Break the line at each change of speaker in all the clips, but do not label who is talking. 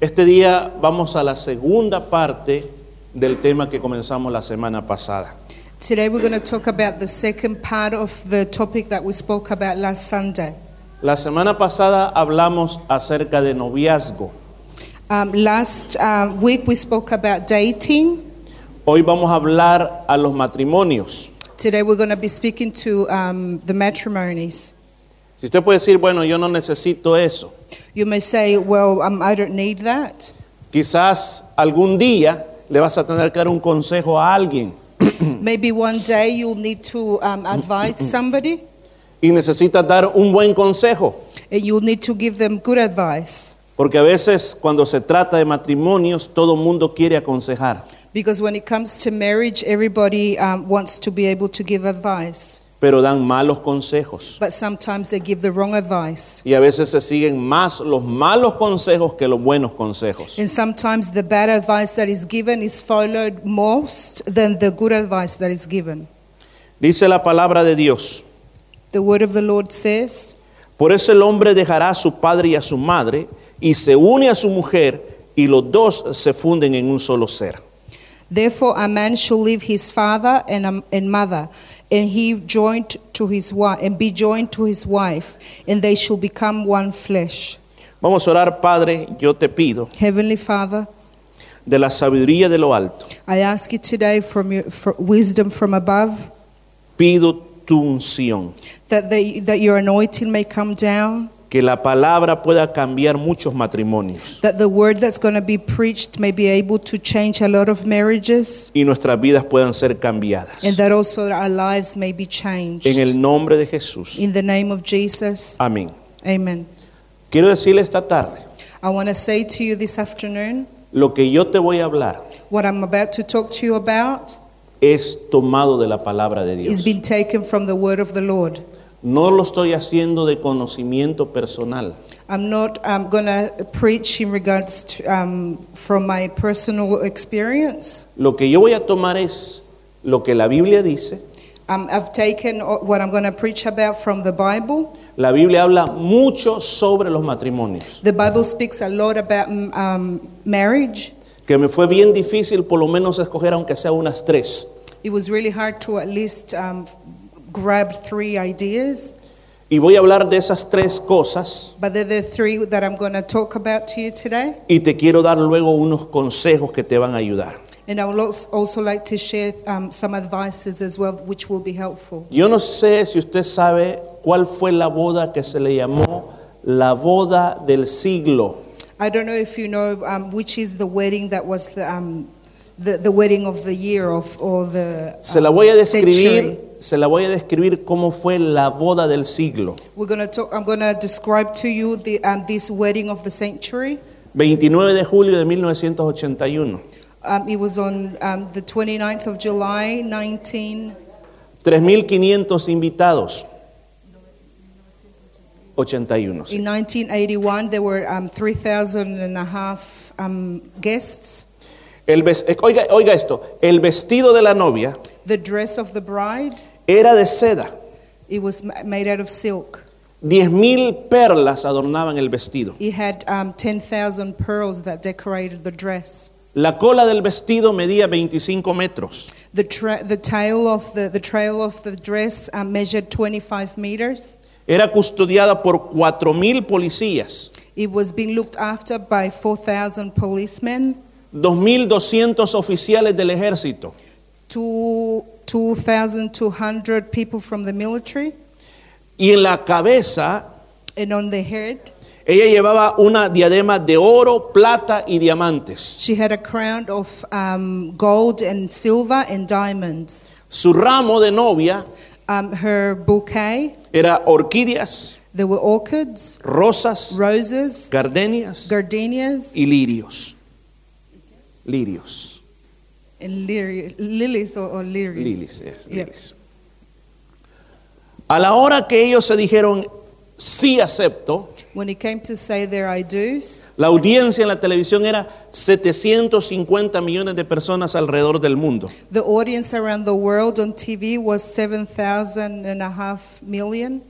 Este día vamos a la segunda parte del tema que comenzamos la semana pasada.
Today we're going to talk about the second part of the topic that we spoke about last Sunday.
La semana pasada hablamos acerca de noviazgo.
Um, last um, week we spoke about dating.
Hoy vamos a hablar a los matrimonios.
Today we're going to be speaking to um, the matrimonies.
Si usted puede decir, bueno, yo no necesito eso.
You may say, well, um, I don't need that.
Quizás algún día le vas a tener que dar un consejo a alguien
Maybe one day you'll need to um, advise somebody
y necesitas dar un buen consejo.
and you'll need to give them good advice.
Porque a veces cuando se trata de matrimonios, todo mundo quiere aconsejar.
Because when it comes to marriage, everybody um, wants to be able to give advice.
pero dan malos consejos.
But sometimes they give the wrong advice.
Y a veces se siguen más los malos consejos que los buenos consejos.
And sometimes the bad advice that is given is followed most than the good advice that is given.
Dice la palabra de Dios,
The word of the Lord says,
por eso el hombre dejará a su padre y a su madre y se une a su mujer y los dos se funden en un solo ser.
Therefore, a man shall leave his father and, um, and mother, and he joined to his wife, and be joined to his wife, and they shall become one flesh.
Vamos a orar, Padre, yo te pido
Heavenly Father,
de la sabiduría de lo alto.
I ask you today from your for wisdom from above
Pido tu unción,
that the, that your anointing may come down,
que la palabra pueda cambiar muchos matrimonios
that the word that's going to be preached may be able to change a lot of marriages,
y nuestras vidas puedan ser cambiadas.
and that also our lives may be changed.
En el nombre de Jesús.
In the name of Jesus,
Amén.
Amen.
Quiero decirle esta tarde,
I want to say to you this afternoon,
lo que yo te voy a hablar
what I'm about to talk to you about.
es tomado de la palabra de
It's
Dios.
been taken from the word of the Lord.
No lo estoy haciendo de conocimiento personal,
I'm not um, going to preach in regards to, um, from my personal experience.
lo que yo voy a tomar es lo que la Biblia dice.
Um, I've taken o- what I'm going to preach about from the Bible.
La Biblia habla mucho sobre los matrimonios,
The Bible speaks a lot about mm, um, marriage.
que me fue bien difícil por lo menos escoger aunque sea unas tres.
It was really hard to at least um, grab three ideas,
Y voy a hablar de esas tres cosas
but they're the three that I'm going to talk about to you today.
y te quiero dar luego unos consejos que te van a ayudar.
And I would als- also like to share um, some advices as well, which will be helpful.
Yo no sé si usted sabe cuál fue la boda que se le llamó la boda del siglo.
I don't know if you know um, which is the wedding that was the, um, the, the wedding of the year of, or the
Se la voy a
um,
describir,
century.
se la voy a describir cómo fue la boda del siglo.
We're gonna talk, I'm going to describe to you the, um, this wedding of the century.
29 de julio de 1981.
Um, it was on um, the 29th of July, 19.
3500 invitados. 81. sí.
In 1981, there were um, 3,000 and a half um, guests.
El ves- eh, oiga, oiga esto, el vestido de la novia
The dress of the bride,
era de seda.
it was ma- made out of silk.
10.000 perlas adornaban el vestido.
It had um, 10,000 pearls that decorated the dress.
La cola del vestido medía 25 metros.
The, tra- the tail of the, the trail of the dress uh, measured 25 meters.
Era custodiada por 4.000 policías,
It was being looked after by 4,000 policemen,
2.200 oficiales del ejército,
two- 2,200 people from the military,
y en la cabeza
and on the head
ella llevaba una diadema de oro, plata y diamantes.
she had a crown of um, gold and silver and diamonds.
Su ramo de novia
Um, her bouquet,
era orquídeas,
there were orchids,
rosas,
roses,
gardenias
gardenias,
y lirios. Lirios,
and liri- lilies or, or lyres.
lilies, yes,
Yep.
lilies. A la hora que ellos se dijeron, sí acepto,
When it came to say their I do's,
La audiencia en la televisión era 750 millones de personas alrededor del mundo.
The audience around the world on TV was 7,000 and a half million.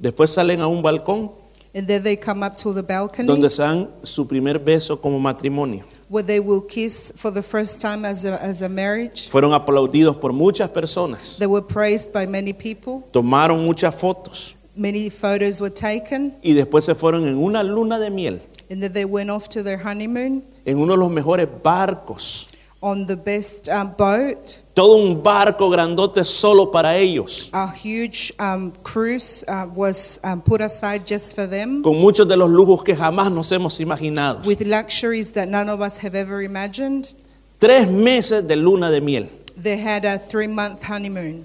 Después salen a un balcón
And then they come up to the balcony
donde se dan su primer beso como matrimonio.
where they will kiss for the first time as a, as a marriage.
Fueron aplaudidos por muchas personas.
They were praised by many people.
Tomaron muchas fotos
Many photos were taken.
y después se fueron en una luna de miel,
And then they went off to their honeymoon
en uno de los mejores barcos.
on the best um, boat,
Todo un barco grandote solo para ellos,
a huge um, cruise uh, was um, put aside just for them
con muchos de los lujos que jamás nos hemos imaginado.
with luxuries that none of us have ever imagined.
Tres meses de luna de miel.
They had a three month honeymoon.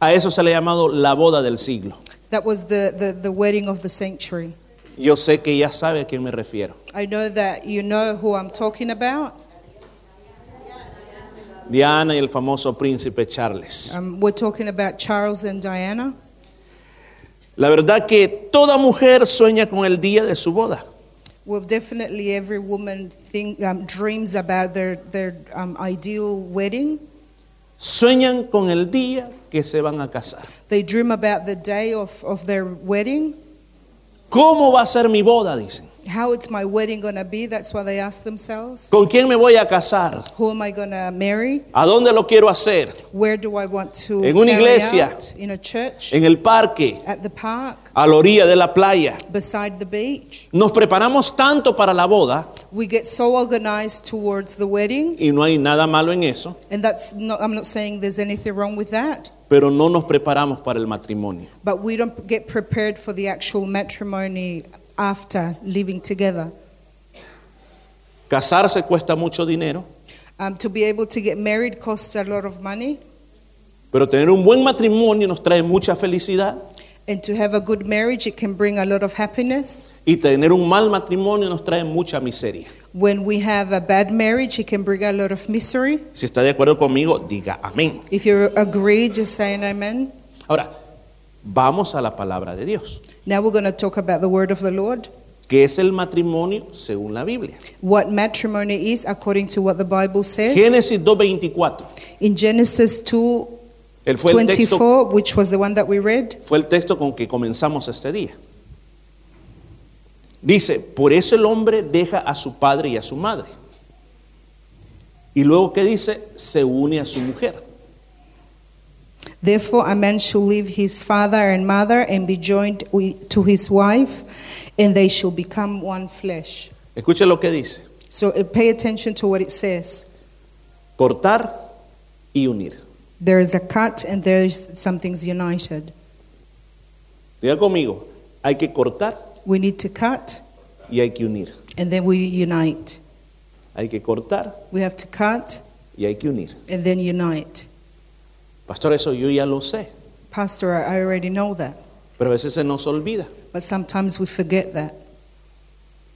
A eso se le ha llamado la boda del siglo.
That was the, the, the wedding of the century.
Yo sé que ya sabe a quién me refiero.
I know that you know who I'm talking about.
Diana y el famoso príncipe Charles.
Um, we're talking about Charles and Diana.
La verdad que toda mujer sueña con el día de su boda.
Well, definitely every woman think, um, dreams about their, their um, ideal wedding.
Sueñan con el día que se van a casar.
They dream about the day of, of their wedding.
¿Cómo va a ser mi boda? Dicen.
How it's my wedding going to be? That's why they ask themselves.
¿Con quién me voy a casar?
Who am I going to marry?
¿A dónde lo quiero hacer?
Where do I want to
En una
carry
iglesia.
out? In a church?
¿En el parque?
at the park?
¿A la orilla de la playa?
Beside the beach?
Nos preparamos tanto para la boda
We get so organized towards the wedding.
y no hay nada malo en eso,
And that's not, I'm not saying there's anything wrong with that.
pero no nos preparamos para el matrimonio.
But we don't get prepared for the actual matrimony after living together.
Casarse cuesta mucho dinero,
Um, to be able to get married costs a lot of money,
pero tener un buen matrimonio nos trae mucha felicidad
and to have a good marriage, it can bring a lot of happiness.
y tener un mal matrimonio nos trae mucha miseria.
When we have a bad marriage, it can bring a lot of misery.
Si está de acuerdo conmigo, diga amén.
If you agree, just say an amen.
Ahora, vamos a la palabra de Dios,
Now we're going to talk about the word of the Lord,
que es el matrimonio según la Biblia.
what matrimony is according to what the Bible says.
Génesis 2:24.
In Genesis 2
Él fue el texto
24, which was the one that we read,
fue el texto con que comenzamos este día. Dice, por eso el hombre deja a su padre y a su madre. Y luego que dice, se une a su mujer.
Therefore, a man shall leave his father and mother and be joined wi- to his wife, and they shall become one flesh.
Escuche lo que dice,
So uh, pay attention to what it says.
cortar y unir.
There is a cut, and there is something's united.
Diga conmigo, hay que cortar
We need to cut,
y hay que unir.
and then we unite.
Hay que cortar
We have to cut,
y hay que unir.
and then unite.
Pastor, eso yo ya lo sé,
Pastor, I I already know that,
pero a veces se nos olvida.
but sometimes we forget that.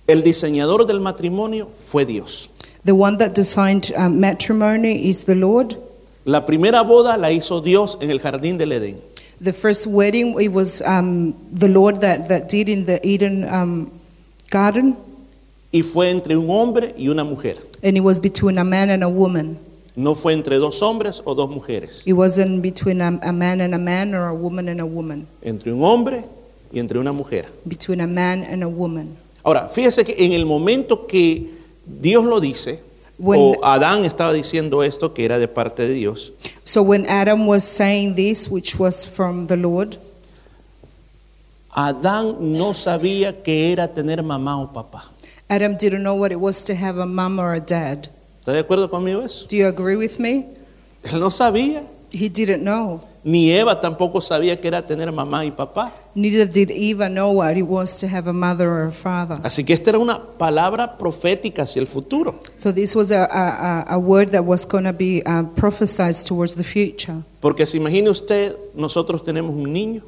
El diseñador del matrimonio fue Dios.
The one that designed um, matrimony is the Lord.
La primera boda la hizo Dios en el jardín del Edén.
The first wedding, it was um, the Lord that, that did in the Eden um, garden,
Y fue entre un hombre y una mujer.
and it was between a man and a woman.
No fue entre dos hombres o dos mujeres.
It wasn't between um, a, a man and a man or a woman and a woman,
Entre un hombre y entre una mujer.
between a man and a woman.
Ahora, fíjese que en el momento que Dios lo dice,
When-
o Adán estaba diciendo esto que era de parte de Dios,
So when Adam was saying this, which was from the Lord,
Adán no sabía que era tener mamá o papá.
Adam didn't know what it was to have a mum or a dad.
¿Está de acuerdo conmigo eso?
Do you agree with me?
Él no sabía.
He didn't know.
Ni Eva tampoco sabía que era tener mamá y papá.
Neither did Eva know what it was to have a mother or a father.
Así que esta era una palabra profética hacia el futuro.
So this was a, a, a- a word that was going to be uh, prophesied towards the future.
Porque se imagine usted, nosotros tenemos un niño.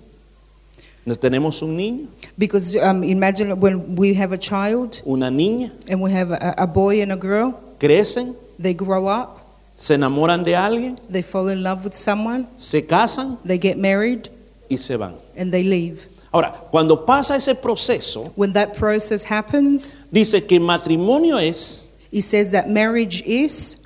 Nos tenemos un niño,
Because um, imagine when we have a child
una niña,
and we have a, a boy and a girl,
crecen,
they grow up,
se enamoran de alguien,
they fall in love with someone,
se casan
they get married,
y se van.
and they leave.
Ahora, cuando pasa ese proceso,
When that process happens,
dice que matrimonio es
it says that marriage is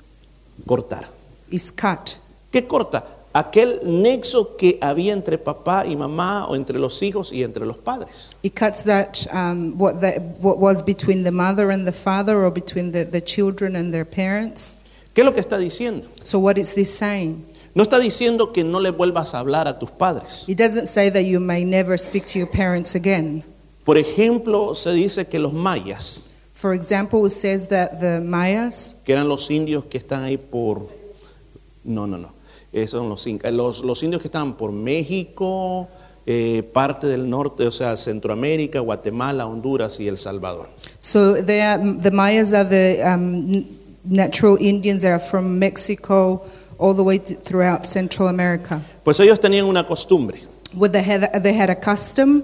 cortar.
is cut.
¿Qué corta? aquel nexo que había entre papá y mamá o entre los hijos y entre los padres.
It cuts that um, what, the, what was between the mother and the father, or between the, the children and their parents.
¿Qué es lo que está diciendo?
So, what is this saying?
No está diciendo que no le vuelvas a hablar a tus padres.
It doesn't say that you may never speak to your parents again.
Por ejemplo, se dice que los mayas,
For example, it says that the Mayas,
que eran los indios que están ahí por... No, no, no. Esos son los incas. Los, los indios que estaban por México, eh, parte del norte, o sea, Centroamérica, Guatemala, Honduras y El Salvador.
so they are, the Mayas are the um, n- natural Indians that are from Mexico all the way to, throughout Central America.
Pues ellos tenían una costumbre.
Where they had, they had a custom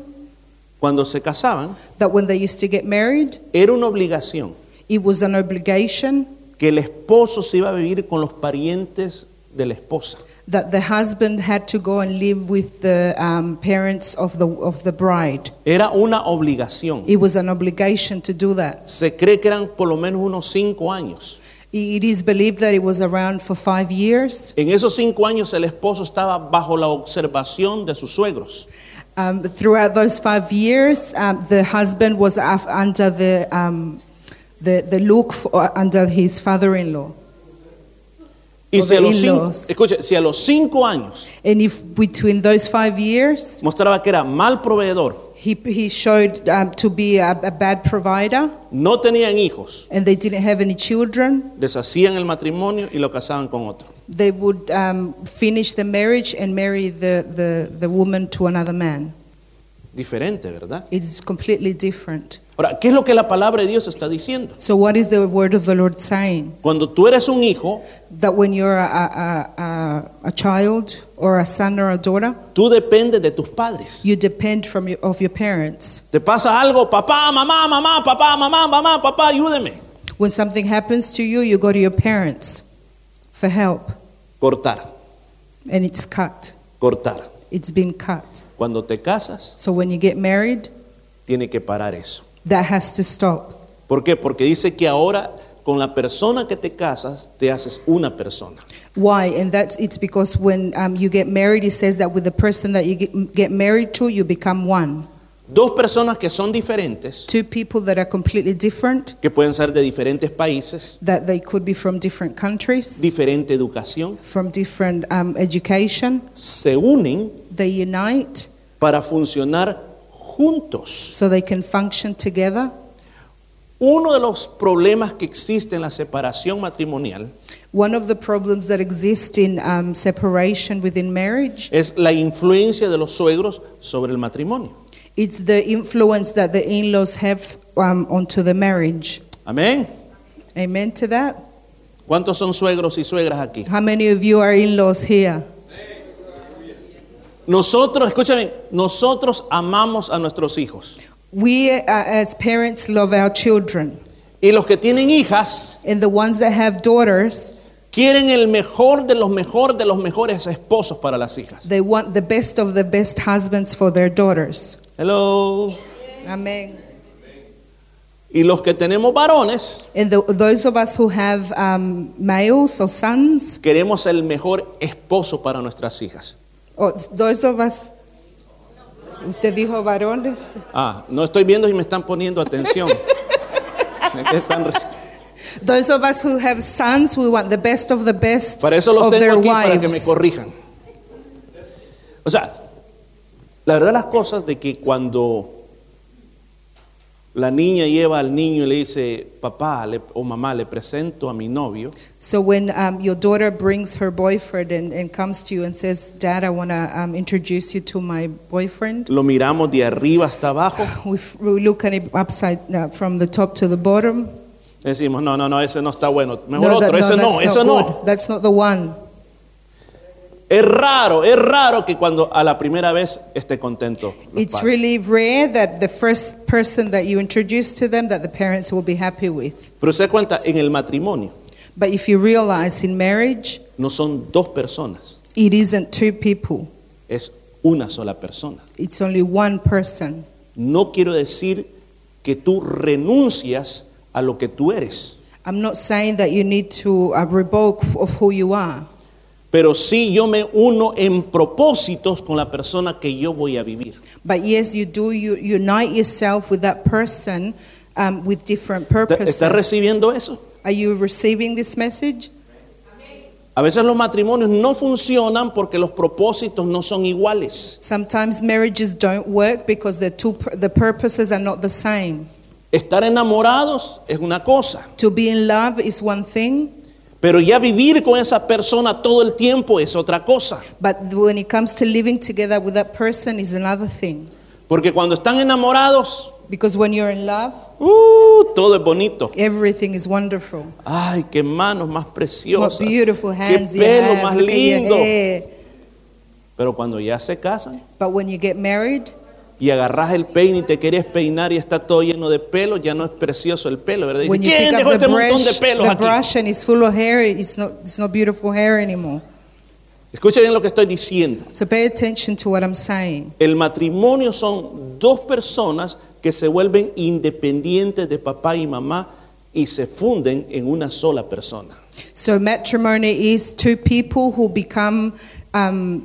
Cuando se casaban,
that when they used to get married,
era una obligación
it was an obligation
que el esposo se iba a vivir con los parientes de la esposa.
that the husband had to go and live with the um, parents of the, of the bride.
Era una obligación.
It was an obligation to do that.
Se cree que eran por lo menos unos cinco años.
It is believed that it was around for five years.
En esos cinco años el esposo estaba bajo la observación de sus suegros.
Um, throughout those five years, um, the husband was af- under the, um, the, the look for, under his father in law.
Y
O
si
de
a, los cinco,
in-laws.
escuche, si a los cinco años
And if between those five years,
mostraba que era mal proveedor,
he, he showed um, to be a, a bad provider
no tenían hijos,
and they didn't have any children,
deshacían el matrimonio y lo casaban con otro.
they would um, finish the marriage and marry the, the, the woman to another man.
Diferente, ¿verdad?
It's completely different.
Ahora, ¿qué es lo que la palabra de Dios está diciendo?
So, what is the word of the Lord saying?
Cuando tú eres un hijo,
That when you're a, a, a, a child or a son or a daughter,
tú dependes de tus padres.
You depend from your, of your parents.
Te pasa algo, papá, mamá, mamá, papá, mamá, mamá, papá, ayúdeme.
When something happens to you, you go to your parents for help,
Cortar,
and it's cut.
cortar.
It's been cut.
Cuando te casas,
So when you get married,
tiene que parar eso.
that has to stop.
¿Por qué? Porque dice que ahora con la persona que te casas, te haces una persona.
Why? And that's it's because when um, you get married, it says that with the person that you get, get married to, you become one.
Dos personas que son diferentes,
Two people that are completely different,
que pueden ser de diferentes países,
that they could be from different countries,
diferente educación,
from different um, education.
se unen
They unite
para funcionar juntos.
so they can function together.
Uno de los problemas que existe en la separación matrimonial
One of the problems that exist in um, separation within marriage
es la influencia de los suegros sobre el matrimonio.
it's the influence that the in-laws have um, onto the marriage.
Amén.
Amen to that.
¿Cuántos son suegros y suegras aquí?
How many of you are in-laws here?
Nosotros, escúchame, nosotros amamos a nuestros hijos.
We uh, as parents love our children,
Y los que tienen hijas
and the ones that have daughters,
quieren el mejor de los mejor de los mejores esposos para las hijas.
they want the best of the best husbands for their daughters.
Hello.
Amen.
Y los que tenemos varones
And the, those of us who have um, males or sons,
queremos el mejor esposo para nuestras hijas.
or Oh, those of us. Usted dijo varones.
Ah, no estoy viendo si me están poniendo atención. Es que están re-
Those of us who have sons, we want the best of the best
Para eso los
of
tengo
their
aquí para que me
wives.
corrijan. O sea, la verdad las cosas de que cuando la niña lleva al niño y le dice, papá le- o mamá, le presento a mi novio,
so when um, your daughter brings her boyfriend and, and comes to you and says, "Dad, I want to um, introduce you to my boyfriend,"
lo miramos de arriba hasta abajo,
we, f- we look at it upside uh, from the top to the bottom.
decimos, no, no, no, ese no está bueno, mejor otro,
that-
ese no, ese
that's not
no.
good. That's not the one.
Es raro, es raro que cuando a la primera vez esté contento. los
It's
padres.
really rare that the first person that you introduce to them that the parents will be happy with.
Pero se da cuenta, en el matrimonio
But if you realize in marriage,
no son dos personas,
it isn't two people;
es una sola persona.
it's only one person.
No quiero decir que tú renuncias a lo que tú eres,
I'm not saying that you need to uh, revoke of who you are,
Pero sí yo me uno en propósitos con la persona que yo voy a vivir.
But yes, you do you unite yourself with that person um, with different
¿Está- ¿Estás
purposes.
recibiendo eso?
Are you receiving this message?
A veces los matrimonios no funcionan porque los propósitos no son iguales.
Sometimes marriages don't work because the two pur- the purposes are not the same.
Estar enamorados es una cosa,
To be in love is one thing,
pero ya vivir con esa persona todo el tiempo es otra cosa.
but when it comes to living together with that person is another thing.
Porque cuando están enamorados,
Because when you're in love,
¡uh! todo es bonito.
everything is wonderful.
Ay, qué manos más
What
preciosas.
beautiful
Qué
hands you
pelo
have.
más
Look at your
lindo.
hair.
Pero cuando ya se casan
But when you get married,
y agarras el peine y te quieres peinar y está todo lleno de pelo, ya no es precioso el pelo, ¿verdad? Dices,
when you
¿Quién
pick
dejó
up
este
the
montón
brush,
de pelos
the
aquí?
brush and it's full of hair, it's not it's not beautiful hair anymore.
Escuchen bien lo que estoy diciendo.
So pay attention to what I'm saying.
El matrimonio son dos personas que se vuelven independientes de papá y mamá y se funden en una sola persona.
So matrimony is two people who become um,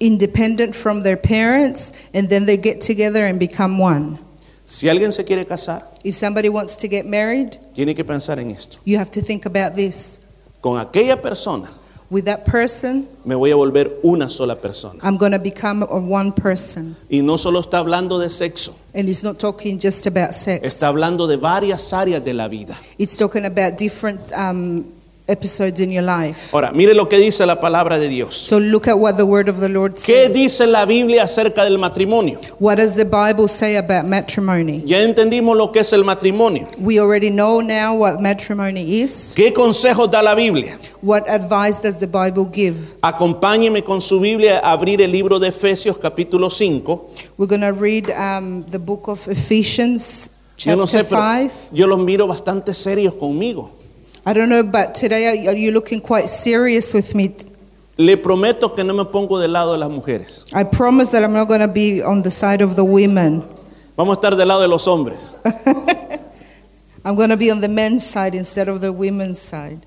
independent from their parents, and then they get together and become one.
Si alguien se quiere casar,
If somebody wants to get married,
tiene que pensar en esto.
you have to think about this.
Con aquella persona
With that person,
me voy a volver una sola persona.
I'm going to become a one person.
Y no solo está hablando de sexo,
And it's not talking just about sex.
está hablando de varias áreas de la vida.
It's talking about different um, episodes in your life.
Ahora, mire lo que dice la palabra de Dios.
So look at what the word of the Lord
¿Qué
says.
dice la Biblia acerca del matrimonio?
What does the Bible say about matrimony?
Ya entendimos lo que es el matrimonio.
We already know now what matrimony is.
¿Qué consejos da la Biblia?
What advice does the Bible give?
Acompáñeme con su Biblia a abrir el libro de Efesios capítulo 5.
We're going to read um, the book of Ephesians,
Yo
chapter
no sé, pero
5.
yo los miro bastante serios conmigo.
I don't know, but today are- are you looking quite serious with me?
Le prometo que no me pongo del lado de las mujeres.
I promise that I'm not going to be on the side of the women.
Vamos a estar del lado de los hombres.
I'm going to be on the men's side instead of the women's side.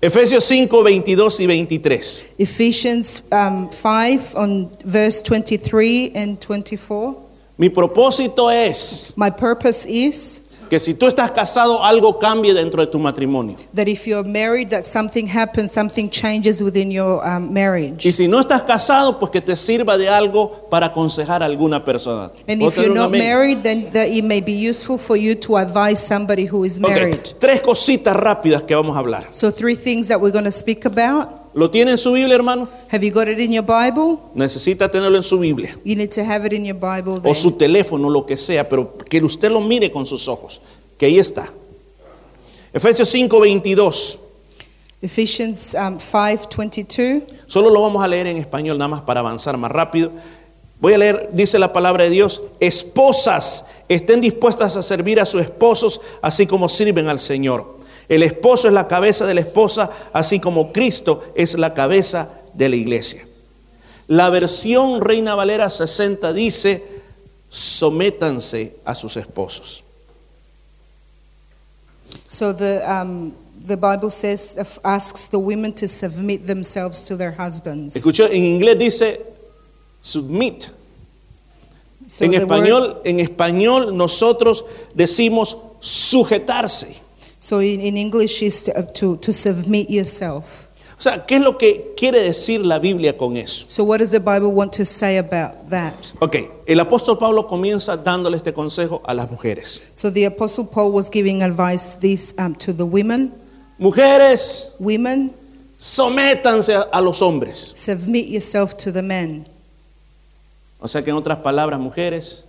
Efesios 5, 22 y 23.
Ephesians um, 5 on verse 23 and 24.
Mi propósito es
My purpose is
que si tú estás casado, algo cambie dentro de tu matrimonio.
that if you're married, that something happens, something changes within your um, marriage.
Y si no estás casado, pues que te sirva de algo para aconsejar a alguna persona.
and
¿Puedo
if
tener
you're
un
not
amén?
married, then that it may be useful for you to advise somebody who is
Ok,
married.
Tres cositas rápidas que vamos a hablar.
So, three things that we're going to speak about.
¿Lo tiene en su Biblia, hermano?
Have you got it in your Bible?
Necesita tenerlo en su Biblia
You need to have it in your Bible. Then.
o su teléfono, lo que sea, pero que usted lo mire con sus ojos, que ahí está. Efesios 5, 22.
Ephesians um, 5 22.
Solo lo vamos a leer en español nada más para avanzar más rápido. Voy a leer, dice la palabra de Dios, esposas estén dispuestas a servir a sus esposos así como sirven al Señor. El esposo es la cabeza de la esposa, así como Cristo es la cabeza de la iglesia. La versión Reina Valera 60 dice, sométanse a sus esposos.
So the um, the Bible says uh, asks the women to submit themselves to their husbands.
Escuchó, en inglés dice, submit
So
en
the
español,
word-
en español nosotros decimos sujetarse.
so in, in English is to, to to submit yourself.
O sea, ¿qué es lo que quiere decir la Biblia con eso?
So what does the Bible want to say about that?
Ok, el apóstol Pablo comienza dándole este consejo a las mujeres.
So the apostle Paul was giving advice this um, to the women.
Mujeres,
Women,
sométanse a, a los hombres.
submit yourself to the men.
O sea que en otras palabras, mujeres,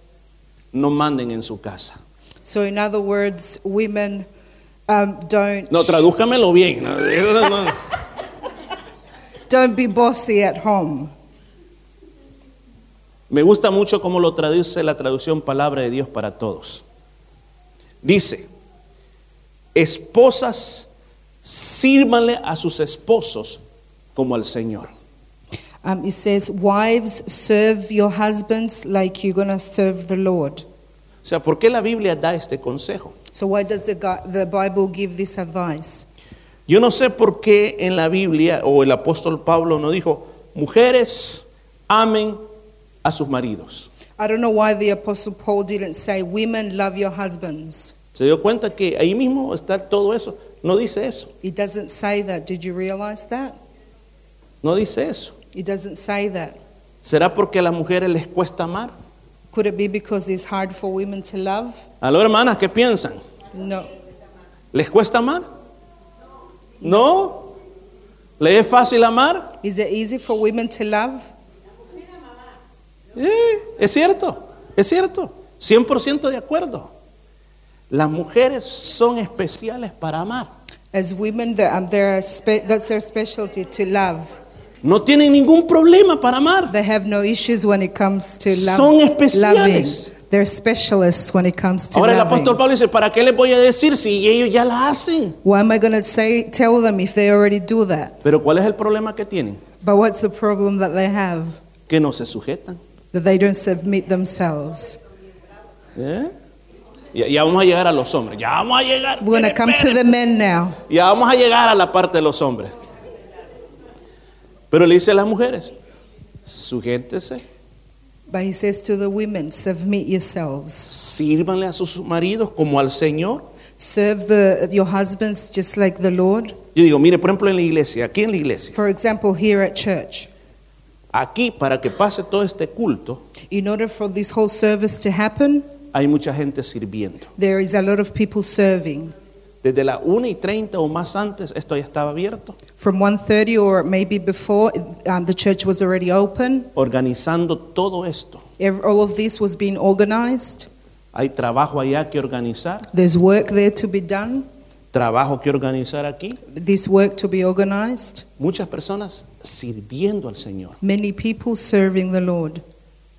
no manden en su casa.
So in other words, women um, don't
No, tradúzcamelo bien. No, eso no-
don't be bossy at home.
Me gusta mucho cómo lo traduce la traducción Palabra de Dios para Todos. Dice, esposas, sírvanle a sus esposos como al Señor.
Um, it says, Wives, serve your husbands like you're going to serve the Lord.
O sea, ¿por qué la Biblia da este consejo?
So, why does the, gu- the Bible give this advice?
Yo no sé por qué en la Biblia o el apóstol Pablo no dijo, mujeres amen a sus maridos.
I don't know why the Apostle Paul didn't say, Women, love your husbands.
Se dio cuenta que ahí mismo está todo eso. No dice eso,
It doesn't say that. Did you realize that?
no dice eso.
It doesn't say that.
¿Será porque a las mujeres les cuesta amar?
Could it be because it's hard for women to love?
Aló hermanas, ¿qué piensan?
No.
¿Les cuesta amar? ¿No? ¿Les es fácil amar?
Is it easy for women to love?
Eh, es cierto, es cierto. 100% de acuerdo. Las mujeres son especiales para amar.
As women, that um, there are spe- that's their specialty to love.
No tienen ningún problema para amar.
They have no issues when it comes to love,
Son especiales.
loving. They're specialists when it comes to
Ahora el
loving.
apóstol Pablo dice, ¿para qué les voy a decir si ellos ya la hacen?
Why am I going to say tell them if they already do that?
Pero ¿cuál es el problema que tienen?
But what's the problem that they have?
Que no se sujetan.
That they don't submit themselves.
¿Eh? Ya, ya vamos a llegar a los hombres. Ya vamos a llegar.
We're going to come to the men now.
Ya vamos a llegar a la parte de los hombres. Pero le dice a las mujeres, sujétese,
But he says to the women, submit yourselves.
sírvanle a sus maridos como al Señor.
Serve the, your husbands just like the Lord.
Yo digo, mire, por ejemplo, en la iglesia, aquí en la iglesia,
For example, here at church,
aquí para que pase todo este culto,
in order for this whole service to happen,
hay mucha gente sirviendo.
there is a lot of people serving.
Desde las 1 y 30 o más antes, esto ya estaba abierto,
From 1.30 or maybe before, um, the church was already open.
organizando todo esto.
Ev- all of this was being organized.
Hay trabajo allá que organizar,
There's work there to be done.
trabajo que organizar aquí.
This work to be organized.
Muchas personas sirviendo al Señor.
Many people serving the Lord.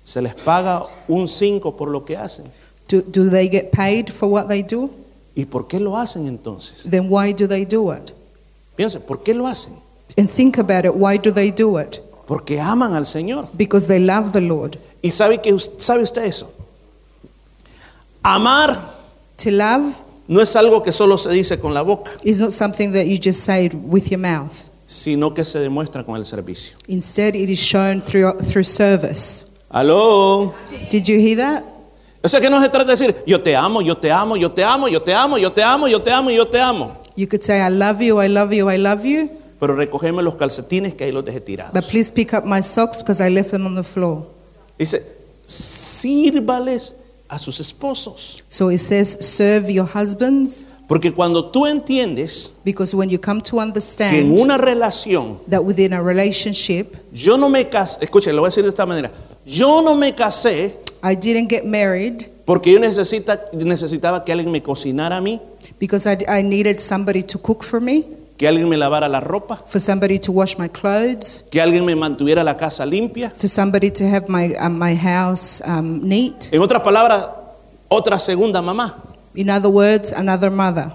Se les paga un 5 por lo que hacen.
Do, do they get paid for what they do?
¿Y por qué lo hacen entonces?
Then why do they do it?
Piense, ¿por qué lo hacen?
And think about it. Why do they do it?
Porque aman al Señor.
Because they love the Lord.
¿Y sabe, que, us- sabe usted eso? Amar
To love
no es algo que solo se dice con la boca,
is not something that you just say with your mouth.
sino que se demuestra con el servicio.
Instead, it is shown through, through service.
Aló.
Did you hear that?
O sea que no se trata de decir, yo te amo, yo te amo, yo te amo, yo te amo, yo te amo, yo te amo, yo te amo.
You could say, I love you, I love you, I love you,
Pero recogeme los calcetines que ahí los dejé tirados.
but please pick up my socks because I left them on the floor.
Dice, sírvales a sus esposos.
So it says, serve your husbands,
Porque cuando tú entiendes
because when you come to
que en
understand
una relación
that within a relationship,
Yo no me casé, escuchen, lo voy a decir de esta manera. Yo no me casé
I didn't get married
porque yo necesita, necesitaba que alguien me cocinara a mí,
because I, I needed somebody to cook for me,
que alguien me lavara la ropa,
for somebody to wash my clothes,
que alguien me mantuviera la casa limpia.
to somebody to have my, um, my house um, neat.
En otras palabras, otra segunda mamá.
In other words, another mother.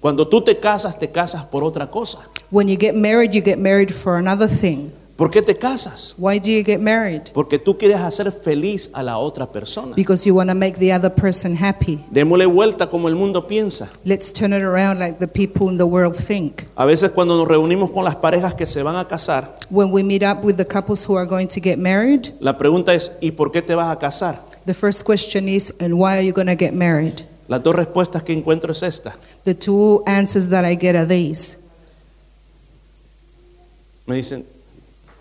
Cuando tú te casas, te casas por otra cosa.
When you get married, you get married for another thing.
¿Por qué te casas?
Why do you get married?
Porque tú quieres hacer feliz a la otra persona.
Because you want to make the other person happy.
Démosle vuelta como el mundo piensa.
Let's turn it around like the people in the world think.
A veces cuando nos reunimos con las parejas que se van a casar,
When we meet up with the couples who are going to get married,
la pregunta es, ¿y por qué te vas a casar?
the first question is, and why are you going to get married?
Las dos respuestas que encuentro es esta.
The two answers that I get are these.
Me dicen,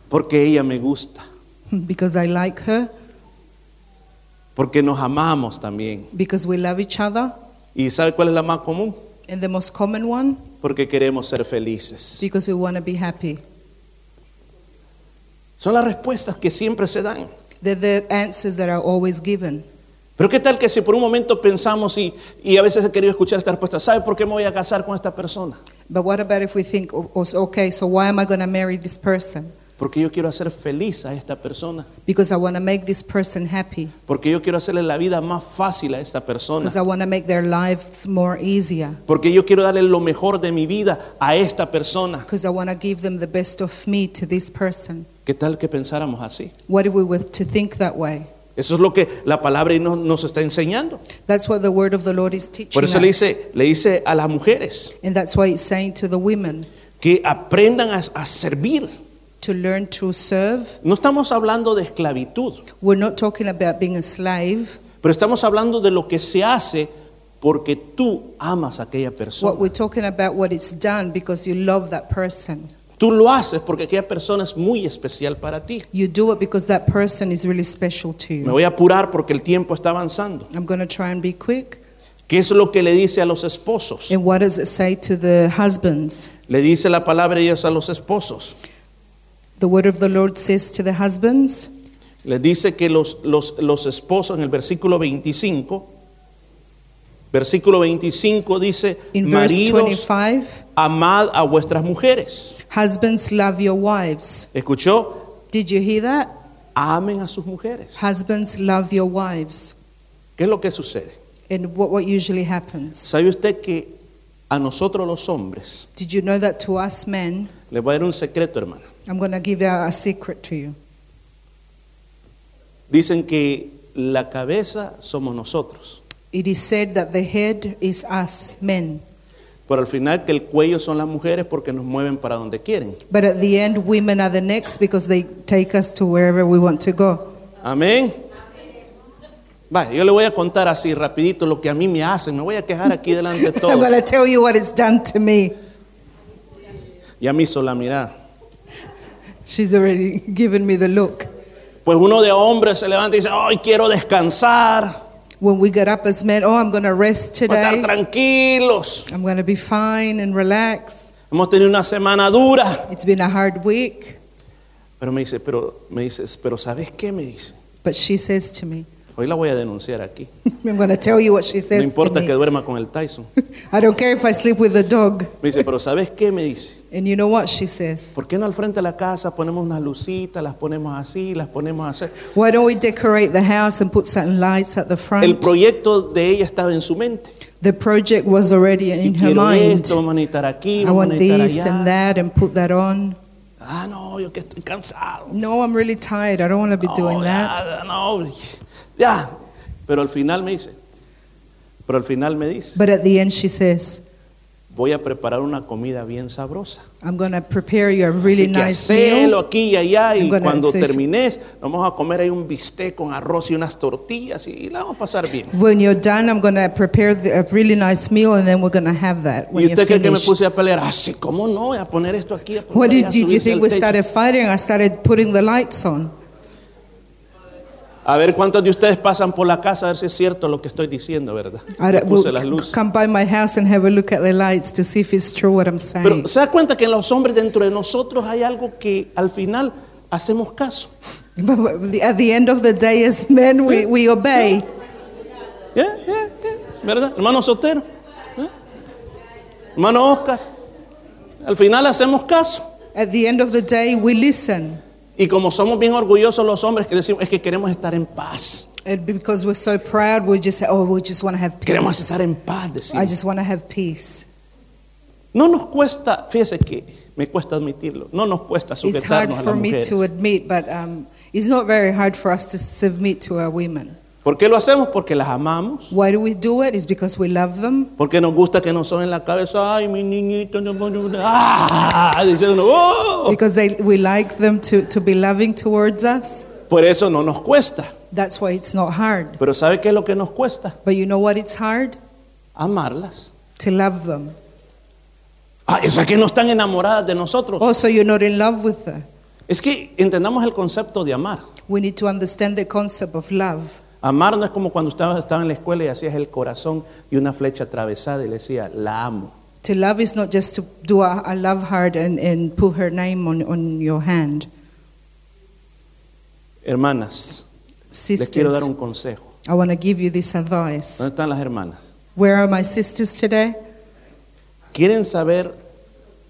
porque ella me gusta,
Because I like her,
porque nos amamos también.
because we love each other,
¿Y sabe cuál es la más común?
and the most common one,
Porque queremos ser felices.
because we want to be happy.
Son las respuestas que siempre se dan.
They're the answers that are always given.
Pero qué tal que si por un momento pensamos y, y a veces he querido escuchar esta respuesta, ¿sabe por qué me voy a casar con esta persona?
But what about if we think, o- o- okay, so why am I going to marry this person?
Porque yo quiero hacer feliz a esta persona.
Because I want to make this person happy.
Porque yo quiero hacerle la vida más fácil a esta persona.
Because I want to make their lives more easier.
Porque yo quiero darle lo mejor de mi vida a esta persona.
Because I want to give them the best of me to this person.
¿Qué tal que pensáramos así?
What if we were to think that way?
Eso es lo que la palabra nos, nos está enseñando.
That's what the word of the Lord is teaching
Por eso le
us.
dice, le dice a las mujeres
And that's why it's saying to the women
que aprendan a, a servir.
to learn to serve.
No estamos hablando de esclavitud,
We're not talking about being a slave.
pero estamos hablando de lo que se hace porque tú amas a aquella
What we're
persona.
talking about what it's done because you love that person.
Tú lo haces porque aquella persona es muy especial para ti.
You do it because that person is really special to
Me
you.
voy a apurar porque el tiempo está avanzando.
I'm going to try and be quick.
¿Qué es lo que le dice a los esposos?
And what does it say to the husbands?
Le dice la palabra de Dios a los esposos.
The word of the Lord says to the husbands,
Les dice que los, los, los esposos en el versículo 25, versículo 25 dice,
in verse
maridos,
25,
amad a vuestras mujeres.
husbands love your wives.
¿Escuchó?
Did you hear that?
Amen a sus mujeres.
Husbands love your wives.
¿Qué es lo que sucede?
And what, what usually happens?
¿Sabe usted que a nosotros los hombres,
Did you know that to us men,
les voy a dar un secreto, hermano,
I'm going to give out a secret to you.
dicen que la cabeza somos nosotros,
It is said that the head is us men,
pero al final que el cuello son las mujeres porque nos mueven para donde quieren.
but at the end, women are the necks because they take us to wherever we want to go.
Amén. Vaya, yo le voy a contar así rapidito lo que a mí me hacen. Me voy a quejar aquí delante de
I'm
todos.
going to tell you what it's done to me.
Ya me hizo la mirada.
She's already given me the look.
Pues uno de hombres se levanta y dice, hoy quiero descansar,
When we get up as men, oh, I'm going to rest
voy a estar
today.
tranquilos.
I'm going to be fine and relax.
Hemos tenido una semana dura.
It's been a hard week,
Pero me dice, pero me dices, pero ¿sabes qué? Me dice.
but she says to me,
Hoy la voy a denunciar aquí.
I'm going to tell you what she
No
says
importa que
to me.
duerma con el Tyson.
I don't care if I sleep with the dog.
Me dice, pero ¿sabes qué? Me dice.
And you know what she says?
¿Por qué no al frente de la casa ponemos unas lucitas, las ponemos así, las ponemos así?
Why don't we decorate the house and put certain lights at the
El
front?
proyecto de ella estaba en su mente.
The project was already
Y
in her
quiero
mind.
esto, vamos a necesitar aquí,
I
vamos a
want
necesitar
this and
allá.
that and put that on.
Ah, no, yo que estoy cansado.
No, I'm really tired. I don't want to be doing
No,
that.
ya, no, ya. Pero al final me dice, pero al final me dice,
But at the end, she says,
voy a preparar una comida bien sabrosa.
I'm going to prepare you a
Así
really
que
nice
hacelo
meal.
aquí y allá y
I'm gonna
cuando
say-
termines vamos a comer ahí un bistec con arroz y unas tortillas y, y la vamos a pasar bien.
When you're done, I'm going to prepare the, a really nice meal and then we're going to have that
¿Y
when
usted
you're
cree que me
finished.
puse a pelear? Ah, sí, ¿cómo no? A poner esto aquí. A poner
What
allá,
did you, do you
subirse
think
al
we
techo.
started fighting? I started putting the lights on.
A ver cuántos de ustedes pasan por la casa a ver si es cierto lo que estoy diciendo, ¿verdad?
I
Le
don't-
puse
will
las luces.
come by my house and have a look at the lights to see if it's true what I'm saying.
Pero se da cuenta que en los hombres dentro de nosotros hay algo que al final hacemos caso.
But- but the- At the end of the day, as men, we, we obey.
¿Eh? ¿Eh? ¿Eh? ¿Verdad? Hermano Sotero. ¿Eh? Hermano Oscar. Al final hacemos caso.
At the end of the day, we listen.
Y como somos bien orgullosos los hombres, que decimos, es que queremos estar en paz.
And because we're so proud, we just say, oh, we just want to have
Queremos
peace.
estar en paz,
I
decimos.
just want to have peace.
No nos cuesta, fíjese que me cuesta admitirlo, no nos cuesta
It's hard
sujetarnos a
for
las
me to
mujeres.
admit, but um, it's not very hard for us to submit to our women.
¿Por qué lo hacemos? Porque las amamos.
Why do we do it? It's because we love them.
Porque nos gusta que nos sonen la cabeza, ay, mi niñito, no, no, no, no". ah, dice uno, "Oh".
Because they, we like them to, to be loving towards us.
Por eso no nos cuesta.
That's why it's not hard.
Pero ¿sabe qué es lo que nos cuesta?
But you know what? It's hard
Amarlas.
to love them.
Ah, o sea que no están enamoradas de nosotros.
Also, you're not in love with them.
Es que entendamos el concepto de amar.
We need to understand the concept of love.
Amar no es como cuando estaba, estaba en la escuela y hacías el corazón y una flecha atravesada y le decía, la amo.
To love is not just to do a, a love heart and, and put her name on, on your hand.
Hermanas, les quiero dar
Sisters,
un consejo.
I want to give you this advice.
¿Dónde están las hermanas?
Where are my sisters today?
¿Quieren saber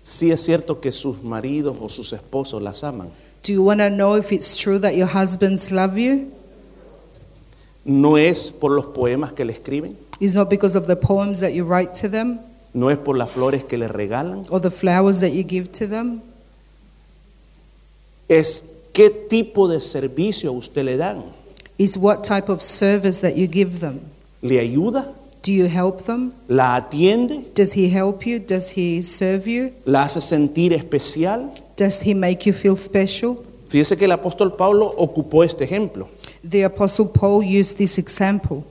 si es cierto que sus maridos o sus esposos las aman?
Do you want to know if it's true that your husbands love you?
No es por los poemas que le escriben,
It's not because of the poems that you write to them
no es por las flores que le regalan,
or the flowers that you give to them.
es qué tipo de servicio a usted le dan.
is what type of service that you give them.
¿Le ayuda?
Do you help them?
¿La atiende?
Does he help you? Does he serve you?
¿La hace sentir especial?
Does he make you feel special?
Fíjese que el apóstol Pablo ocupó este ejemplo.
The Apostle Paul used this example.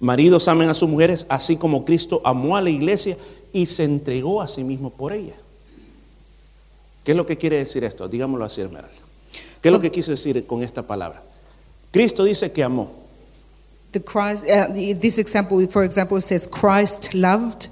Maridos amen a sus mujeres así como Cristo amó a la iglesia y se entregó a sí mismo por ella. ¿Qué es lo que quiere decir esto? Digámoslo así, Esmeralda. ¿Qué es lo que quise decir con esta palabra? Cristo dice que amó.
The Christ, uh, this example, for example, says Christ loved.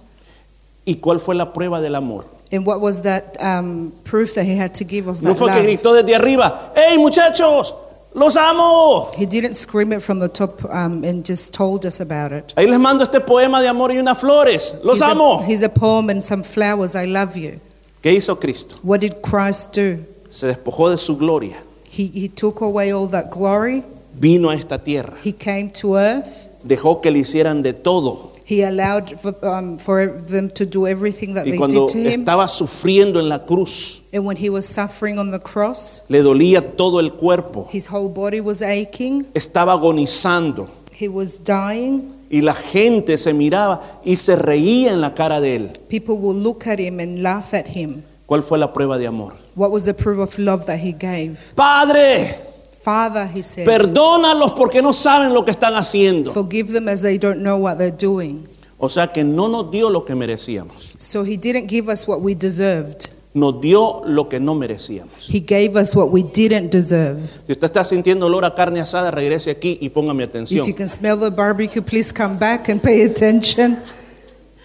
¿Y cuál fue la prueba del amor?
And what was that um, proof that he had to give of
No
that
fue que
love?
gritó desde arriba, ¡Hey muchachos! ¡Los amo!
He didn't scream it from the top um, and just told us about it.
Ahí les mando este poema de amor y unas flores. ¡Los
he's, A,
amo!
he's a poem and some flowers. I love you.
¿Qué hizo Cristo?
What did Christ do?
Se despojó de su gloria,
He, he took away all that glory.
vino a esta tierra,
He came to earth.
dejó que le hicieran de todo.
He allowed for, um, for them to do everything that
Y
they
cuando
did to him.
estaba sufriendo en la cruz,
And when he was suffering on the cross,
le dolía todo el cuerpo,
his whole body was aching.
estaba agonizando
He was dying.
y la gente se miraba y se reía en la cara de él.
People will look at him and laugh at him.
¿Cuál fue la prueba de amor?
What was the proof of love that he gave?
Padre,
Father, he said,
perdónalos porque no saben lo que están haciendo.
forgive them as they don't know what they're doing.
O sea que no nos dio lo que merecíamos,
So he didn't give us what we deserved.
nos dio lo que no merecíamos.
He gave us what we didn't deserve.
Si usted está sintiendo olor a carne asada, regrese aquí y póngame
If
atención.
you can smell the barbecue, please come back and pay attention.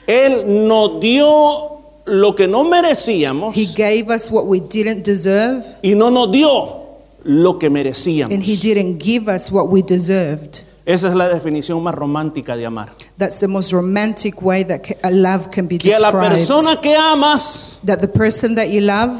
Él nos dio lo que no merecíamos
He gave us what we didn't deserve,
y no nos dio lo que merecíamos.
and he didn't give us what we deserved.
Esa es la definición más romántica de amar.
That's the most romantic way that ca- a love can be
Que a
described.
la persona que amas
that the person that you love,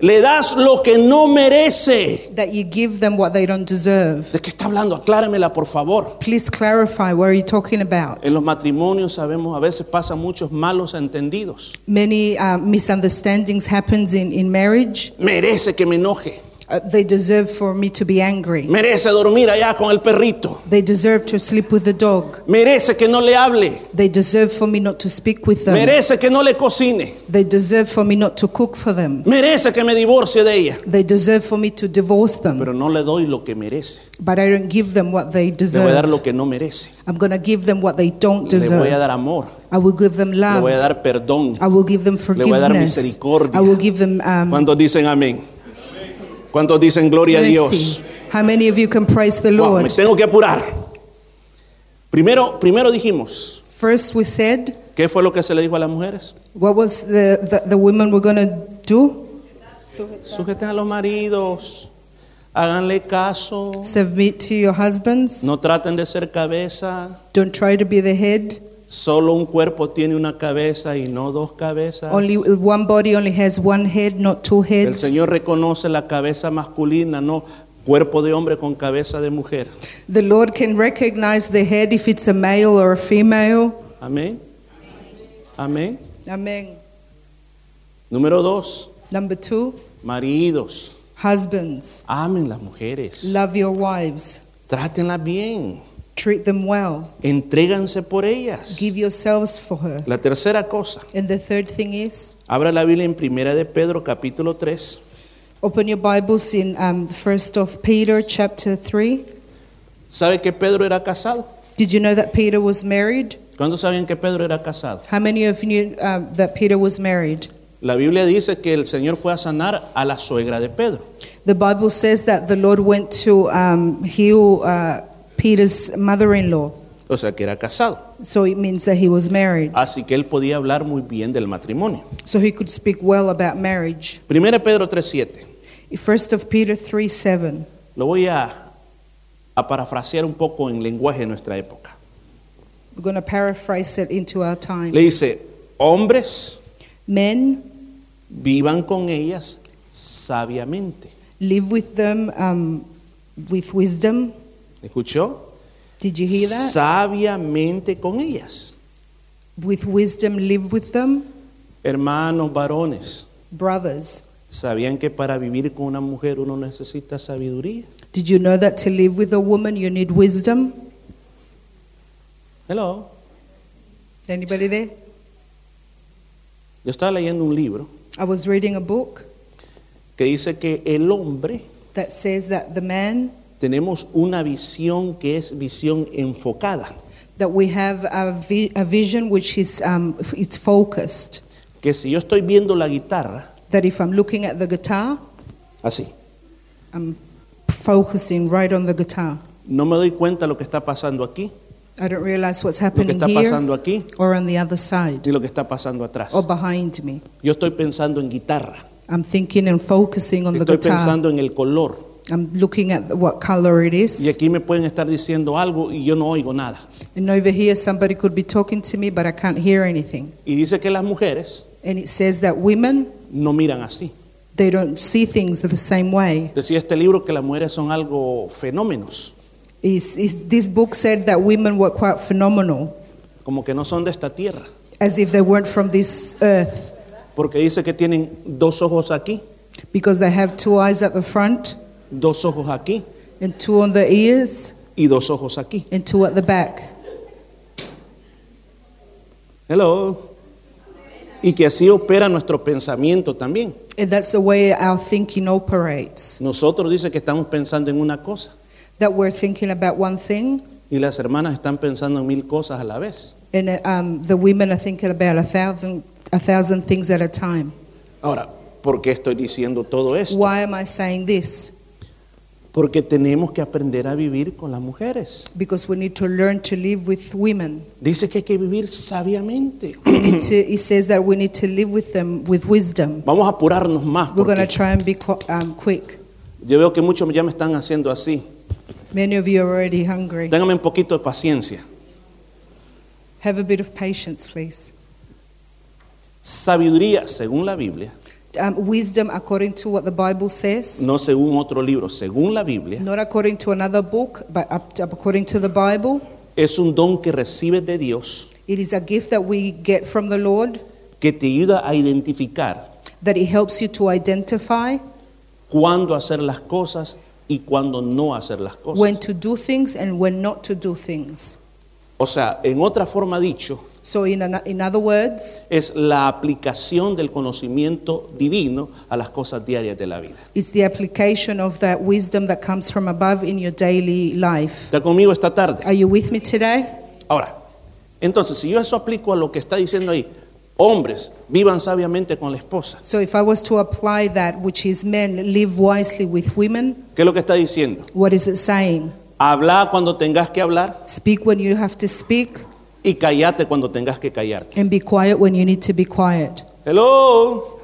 le das lo que no merece.
that you give them what they don't deserve.
¿De qué está hablando? Acláremela, por favor.
Please clarify what are you talking about?
En los matrimonios sabemos a veces pasan muchos malos entendidos.
Many uh, misunderstandings happens in, in marriage.
Merece que me enoje.
Uh, they deserve for me to be angry.
Merece dormir allá con el perrito.
They deserve to sleep with the dog.
Merece que no le hable.
They deserve for me not to speak with them.
Merece que no le cocine.
They deserve for me not to cook for them.
Merece que me divorcie de ella.
They deserve for me to divorce them.
Pero no le doy lo que merece.
but I don't give them what they
Le voy a dar
deserve.
lo que no merece.
I'm going to give them what they don't
Le voy a
deserve.
dar amor.
I will give them
Le
love.
voy a dar perdón.
I will give them
Le voy a dar
forgiveness.
misericordia.
I will give them um,
¿Cuántos dicen amén? ¿Cuántos dicen gloria a Dios?
mercy. How many of you can praise the
Wow,
Lord?
me tengo que apurar. Primero, primero dijimos,
First, we said,
¿qué fue lo que se le dijo a las mujeres?
what was the, the, the women were going to do?
Sujeten a los maridos, háganle caso,
Submit to your husbands.
no traten de ser cabeza.
Don't try to be the head.
Solo un cuerpo tiene una cabeza y no dos cabezas.
Only one body only has one head, not two
El
heads.
Señor reconoce la cabeza masculina, no cuerpo de hombre con cabeza de mujer.
The Lord can recognize the head if it's a male or a female.
Amén. Amén.
Amen.
Número dos,
Number two,
maridos,
husbands,
amen las mujeres,
love your wives,
trátenlas bien,
treat them well,
entréganse por ellas.
give yourselves for her.
La tercera cosa,
And the third thing is,
abra la Biblia en Primera de Pedro capítulo 3.
open your Bibles in um, First of Peter chapter three.
¿Sabe que Pedro era casado?
Did you know that Peter was married?
¿Cuándo saben que Pedro era casado?
How many of you knew um, that Peter was married?
La Biblia dice que el Señor fue a sanar a la suegra de Pedro.
The Bible says that the Lord went to um, heal uh, Peter's mother-in-law,
O sea que era casado.
so it means that he was married.
Así que él podía hablar muy bien del matrimonio.
So he could speak well about marriage.
Primera de Pedro 3.7.
First of Peter three seven.
Lo voy a, a parafrasear un poco en lenguaje de nuestra época.
We're going to paraphrase it into our time.
Le dice, hombres
Men
vivan con ellas sabiamente.
live with them um, with wisdom.
¿Escuchó?
Did you hear that?
Sabiamente con ellas.
with wisdom live with them,
Hermanos, varones,
brothers.
¿sabían que para vivir con una mujer uno necesita sabiduría?
Did you know that to live with a woman you need wisdom?
Hello.
Anybody there?
Yo estaba leyendo un libro
I was reading a book
que dice que el hombre
that says that the man
tenemos una visión que es visión enfocada,
that we have a, vi- a vision which is um, f- it's focused.
que si yo estoy viendo la guitarra
That if I'm looking at the guitar,
así,
I'm focusing right on the guitar.
no me doy cuenta lo que está pasando aquí,
I don't realize what's
lo que
happening
está
here
pasando aquí
or on the other side
y lo que está pasando atrás.
or behind me.
Yo estoy pensando en guitarra,
I'm thinking and focusing on the
estoy
guitar.
pensando en el color
I'm looking at what color it
y
is.
aquí me pueden estar diciendo algo y yo no oigo nada.
And over here, somebody could be talking to me, but I can't hear anything.
Y dice que las mujeres
And it says that women,
no miran así.
they don't see things the same way.
Decía este libro que las mujeres son algo fenómenos,
Is is this book said that women were quite phenomenal,
como que no son de esta tierra,
as if they weren't from this earth,
porque dice que tienen dos ojos aquí,
because they have two eyes at the front
dos ojos aquí
and two on the ears
y dos ojos aquí.
and two at the back.
Hello. Y que así opera nuestro pensamiento también.
And that's the way our thinking operates.
Nosotros dice que estamos pensando en una cosa
That we're thinking about one thing,
y las hermanas están pensando en mil cosas a la vez.
and uh, um, the women are thinking about a thousand, a thousand things at a time.
Ahora, ¿por qué estoy diciendo todo esto?
Why am I saying this?
Porque tenemos que aprender a vivir con las mujeres.
Because we need to learn to live with women.
Dice que hay que vivir sabiamente.
We need to, it says that we need to live with them with wisdom.
Vamos a apurarnos más.
We're going to
Porque
try and be qu- um, quick.
yo veo que muchos ya me están haciendo así.
Many of you are already hungry.
Téngame un poquito de paciencia.
Have a bit of patience, please.
Sabiduría, según la Biblia,
Um, wisdom, according to what the Bible says,
no según otro libro, según la Biblia,
not according to another book, but up- according to the Bible.
es un don que recibes de Dios
It is a gift that we get from the Lord
que te ayuda a identificar
that it helps you to identify
cuándo hacer las cosas y cuándo no hacer las
when
cosas.
to do things and when not to do things.
O sea, en otra forma dicho,
So, in, an, in other words,
es la aplicación del conocimiento divino a las cosas diarias de la vida.
it's the application of that wisdom that comes from above in your daily life.
¿Está conmigo esta tarde?
Are you with me today?
Ahora, entonces, si yo eso aplico a lo que está diciendo ahí, hombres, vivan sabiamente con la esposa.
So, if I was to apply that, which is men live wisely with women,
¿Qué es lo que está diciendo?
what is it saying?
Habla cuando tengas que hablar
Speak when you have to speak
y callate cuando tengas que callarte.
and be quiet when you need to be quiet.
Hello.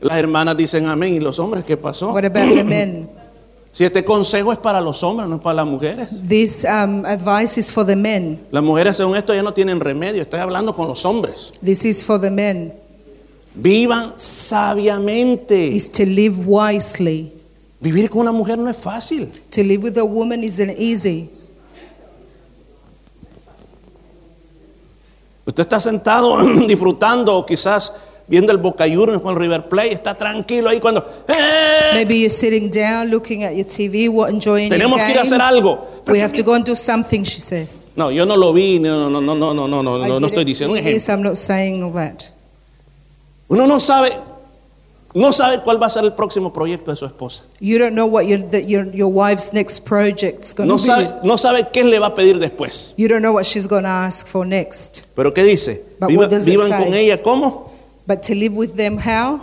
Las hermanas dicen amén y los hombres, ¿qué pasó?
What about the men?
Si este consejo es para los hombres, no es para las mujeres.
This um, advice is for the men.
Las mujeres, según esto, ya no tienen remedio. Estoy hablando con los hombres.
This is for the men.
Vivan sabiamente.
is to live wisely.
Vivir con una mujer no es fácil.
To live with a woman isn't easy.
Usted está sentado disfrutando o quizás viendo el Boca Juniors con el River Plate, está tranquilo ahí cuando ¡Eh!
Maybe you're sitting down, looking at your TV, what enjoying your
tenemos que ir a hacer
game.
algo.
We have to go and do something, she says.
No, yo no lo vi, no, no, no, no, no, no, no,
I
no, no estoy
didn't
diciendo un
see this,
ejemplo.
I'm not saying all that.
Uno no sabe, no sabe cuál va a ser el próximo proyecto de su esposa.
You don't know what your, that your, your wife's next project's going
No
to be.
sabe, no sabe qué le va a pedir después.
You don't know what she's going to ask for next.
Pero ¿qué dice?
But
Viva-
what does it
vivan con
say?
ella, ¿cómo?
But to live with them, how?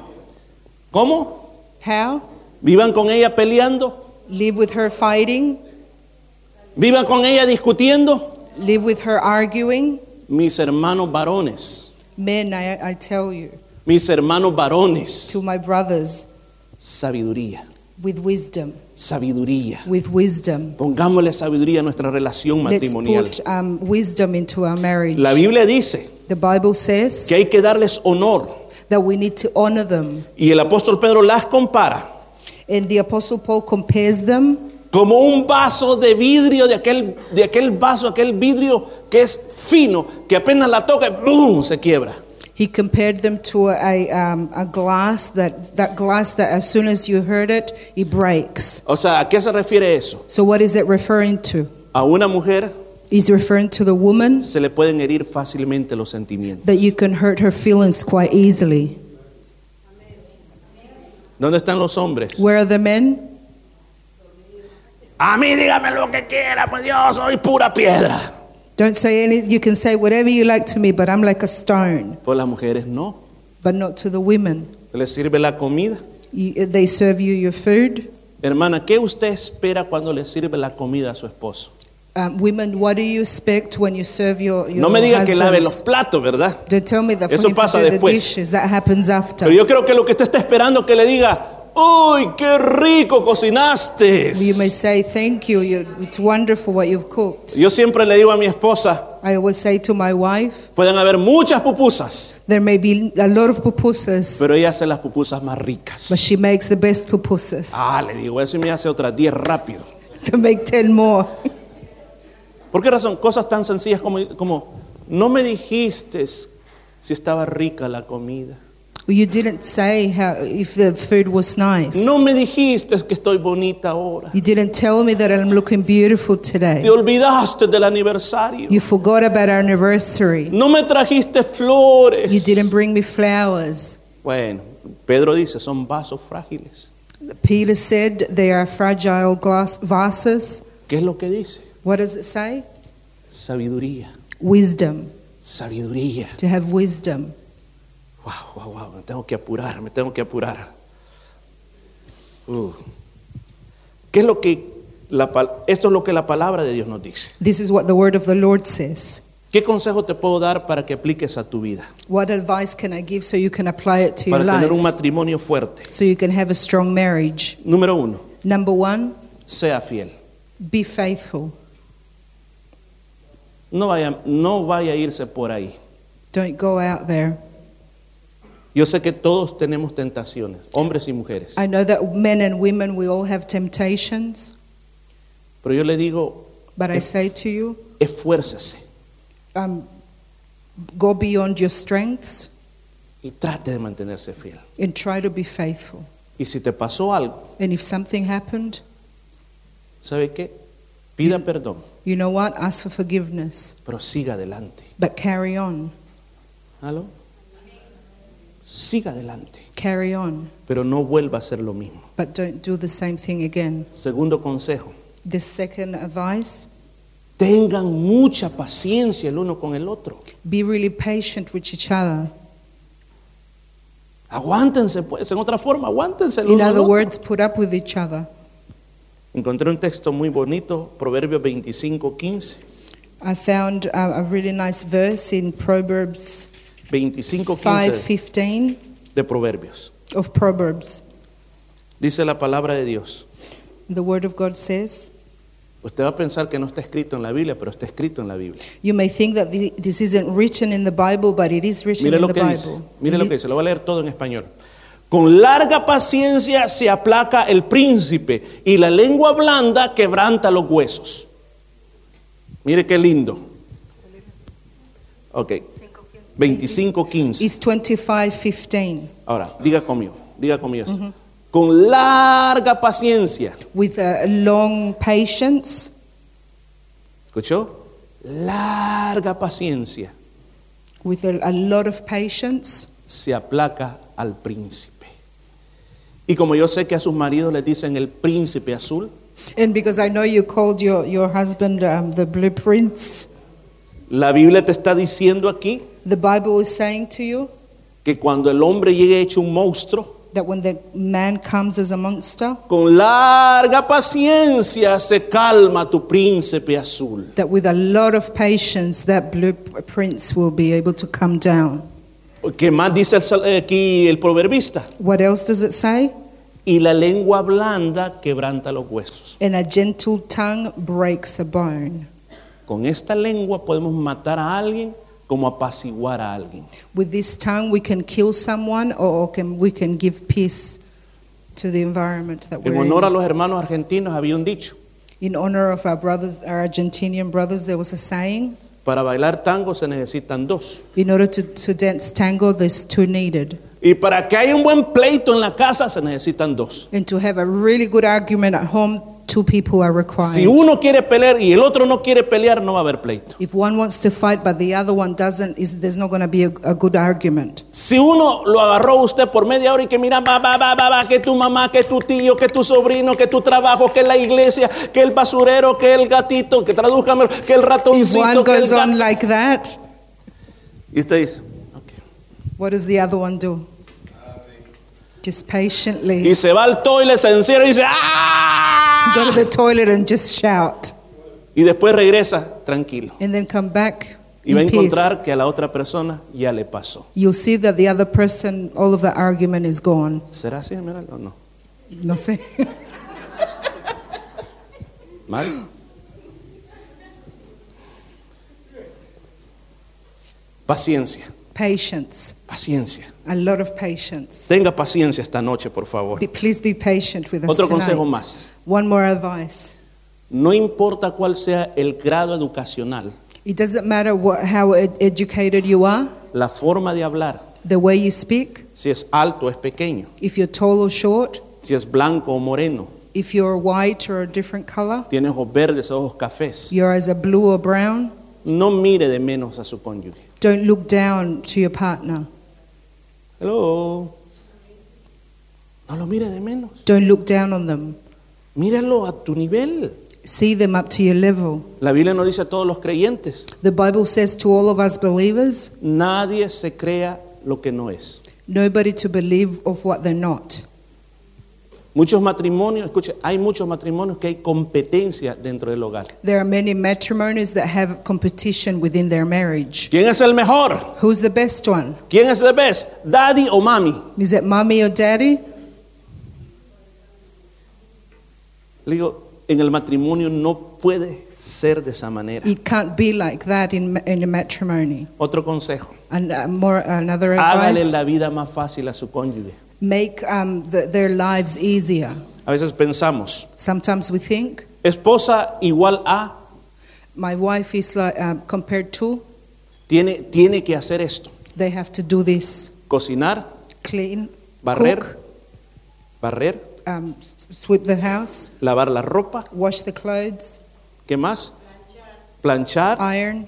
¿Cómo?
How?
Vivan con ella peleando,
Live with her fighting,
vivan con ella discutiendo.
live with her arguing.
Mis hermanos varones,
Men, I, I tell you,
mis hermanos varones,
to my brothers,
sabiduría.
with wisdom,
sabiduría.
with wisdom.
Pongámosle sabiduría a nuestra relación
Let's
matrimonial.
put um, wisdom into our marriage.
La Biblia dice
the Bible says
que hay que darles honor
that we need to honor them.
y el apóstol Pedro las compara
And the Apostle Paul compares them
como un vaso de vidrio, de aquel, de aquel vaso, aquel vidrio que es fino, que apenas la toca, ¡boom!, se quiebra.
He compared them to a, um, a glass that, that glass that as soon as you hurt it, it breaks.
O sea, ¿a qué se refiere eso?
So what is it referring to?
A una mujer
Is referring to the woman
se le pueden herir fácilmente los sentimientos.
that you can hurt her feelings quite easily.
¿Dónde están los hombres?
Where are the men?
A mí dígame lo que quiera, pues yo soy pura piedra.
Don't say any. You can say whatever you like to me, but I'm like a stone.
Pues las mujeres no.
But not to the women.
Les sirve la comida.
You, they serve you your food.
Hermana, ¿qué usted espera cuando le sirve la comida a su esposo?
Um, women, what do you expect when you serve your, your
No me diga que lave los
husbands?
platos, ¿verdad?
Don't tell me that for
Eso
him to
pasa
do the
después.
dishes. That happens after.
Pero yo creo que lo que usted está esperando es que le diga, ¡Uy, qué rico cocinaste!
You may say thank you. you it's wonderful what you've cooked.
Yo siempre le digo a mi esposa,
I always say to my wife,
pueden haber muchas pupusas,
there may be a lot of pupusas,
pero ella hace las pupusas más
but
ricas.
she makes the best pupusas.
Ah, le digo eso y me hace otras 10 rápido.
To make ten more.
¿Por qué razón? Cosas tan sencillas como, como no me dijiste si estaba rica la comida.
You didn't say how, if the food was nice.
No me dijiste que estoy bonita ahora.
You didn't tell me that I'm looking beautiful
Te
today.
olvidaste del aniversario.
You forgot about our anniversary.
No me trajiste flores.
You didn't bring me flowers.
Bueno, Pedro dice, son vasos frágiles.
Peter said they are fragile glass vases.
¿Qué es lo que dice?
What does it say?
Sabiduría,
Wisdom.
sabiduría.
To have wisdom.
Wow, wow, wow, me tengo que apurar, me tengo que apurar. Uh. ¿Qué es lo que la pal- esto es lo que la palabra de Dios nos dice?
This is what the word of the Lord says.
¿Qué consejo te puedo dar para que apliques a tu vida?
What advice can I give so you can apply it to your
Para tener un
life?
matrimonio fuerte.
So you can have a strong marriage.
Número uno,
Number one,
sea fiel.
be faithful.
No vaya, no vaya a irse por ahí.
Don't go out there.
Yo sé que todos tenemos tentaciones, hombres y mujeres.
I know that men and women, we all have temptations,
Pero yo le digo,
but I
Yes.
say to you,
esfuércese
um, go beyond your strengths
y trate de mantenerse fiel.
and try to be faithful.
Y si te pasó algo,
And if something happened,
¿sabe qué? Pida perdón,
you know what? Ask for forgiveness,
pero siga adelante.
but carry on,
¿Aló? Siga adelante,
carry on,
pero no vuelva a hacer lo mismo.
but don't do the same thing again.
Segundo consejo,
The second advice
tengan mucha paciencia el uno con el otro.
be really patient with each other.
Aguántense, pues, en otra forma, aguántense el
In
uno al
other
otro.
words, put up with each other.
Encontré un texto muy bonito, Proverbios 25, 15.
I found uh, a really nice verse in Proverbs
25, 15
5:15
de Proverbios.
of Proverbs.
Dice la palabra de Dios.
The Word of God says,
Usted va a pensar que no está escrito en la Biblia, pero está escrito en la Biblia.
You may think that thi- this isn't written in the Bible, but it is written
Mire
in
lo
the
que dice.
Bible.
Mire lo que dice. Lo voy a leer todo en español. Con larga paciencia se aplaca el príncipe y la lengua blanda quebranta los huesos. Mire qué lindo. Ok. 25, 15.
It's 25:15
Ahora, diga conmigo. Diga conmigo. eso. Con larga paciencia.
with a long patience,
¿Escuchó? Larga paciencia
with a, a lot of patience.
se aplaca al príncipe. Y como yo sé que a sus maridos les dicen el príncipe azul,
And because I know you called your, your husband um, the blue prince,
la Biblia te está diciendo aquí
the Bible is saying to you
que cuando el hombre llegue hecho un monstruo,
that when the man comes as a monster,
con larga paciencia se calma tu príncipe azul.
that with a lot of patience, that blue prince will be able to come down.
¿Qué más dice el sal- eh, aquí el proverbista?
What else does it say?
Y la lengua blanda quebranta los huesos.
And a gentle tongue breaks a bone.
Con esta lengua podemos matar a alguien como apaciguar a alguien.
With this tongue, we can kill someone or, or can, we can give peace to the environment that
En
we're
honor a
in.
los hermanos argentinos había un dicho,
In honor of our brothers, our Argentinian brothers, there was a saying
Para bailar tango se necesitan dos.
In order to, to dance tango, there's two needed.
Y para que haya un buen pleito en la casa se necesitan dos.
And to have a really good argument at home, two people are required.
Si uno quiere pelear y el otro no quiere pelear, no va a haber pleito.
if one wants to fight but the other one doesn't, is, there's not going to be a, a good argument.
Si uno lo agarró usted por media hora y que mira, va, va, va, va, va, que tu mamá, que tu tío, que tu sobrino, que tu trabajo, que la iglesia, que el basurero, que el gatito, que tradújame, que el
If one
ratoncito, que el
goes on
gato.
like that,
Y usted dice, "Ok".
what does the other one do? Just patiently
y se va al toile, se encierra y dice, ¡ah!
go to the toilet and just shout,
Y después regresa tranquilo.
and then come back
Y va a
in peace.
encontrar que a la otra persona ya le pasó.
You'll see that the other person, all of the argument is gone.
¿Será así, Esmeralda, o no?
No sé.
¿Mal? Paciencia,
patience,
paciencia.
a lot of patience.
Tenga paciencia esta noche, por favor.
Be, please be patient with us
Otro
tonight.
consejo más.
One more advice.
No importa cuál sea el grado educacional,
It doesn't matter what, how ed- educated you are,
la forma de hablar,
the way you speak,
si es alto o es pequeño,
if you're tall or short,
si es blanco o moreno,
if you're white or a different color,
tiene ojos verdes, ojos cafés.
your eyes are blue or brown.
No mire de menos a su cónyuge.
Don't look down to your partner.
Hello. No lo mire de menos.
Don't look down on them.
Míralo a tu nivel.
See them up to your level.
La Biblia nos dice a todos los creyentes,
The Bible says to all of us believers,
nadie se crea lo que no es.
nobody to believe of what they're not.
Muchos matrimonios, escuche, hay muchos matrimonios que hay competencia dentro del hogar.
There are many matrimonies that have competition within their marriage.
¿Quién es el mejor?
Who's the best one?
¿Quién es el best? ¿Daddy o mami?
Is it mommy or daddy?
Le digo, en el matrimonio no puede ser de esa manera.
It can't be like that in, in a matrimony.
Otro consejo,
And uh, more another
hágale
advice:
la vida más fácil a su cónyuge.
make um, th- their lives easier.
A veces pensamos,
Sometimes we think
esposa igual a,
my wife is like um, compared to
tiene, tiene que hacer esto.
they have to do this,
Cocinar,
clean,
barrer,
cook,
barrer,
um, s- sweep the house,
lavar la ropa,
wash the clothes,
¿qué más? Planchar,
iron. Do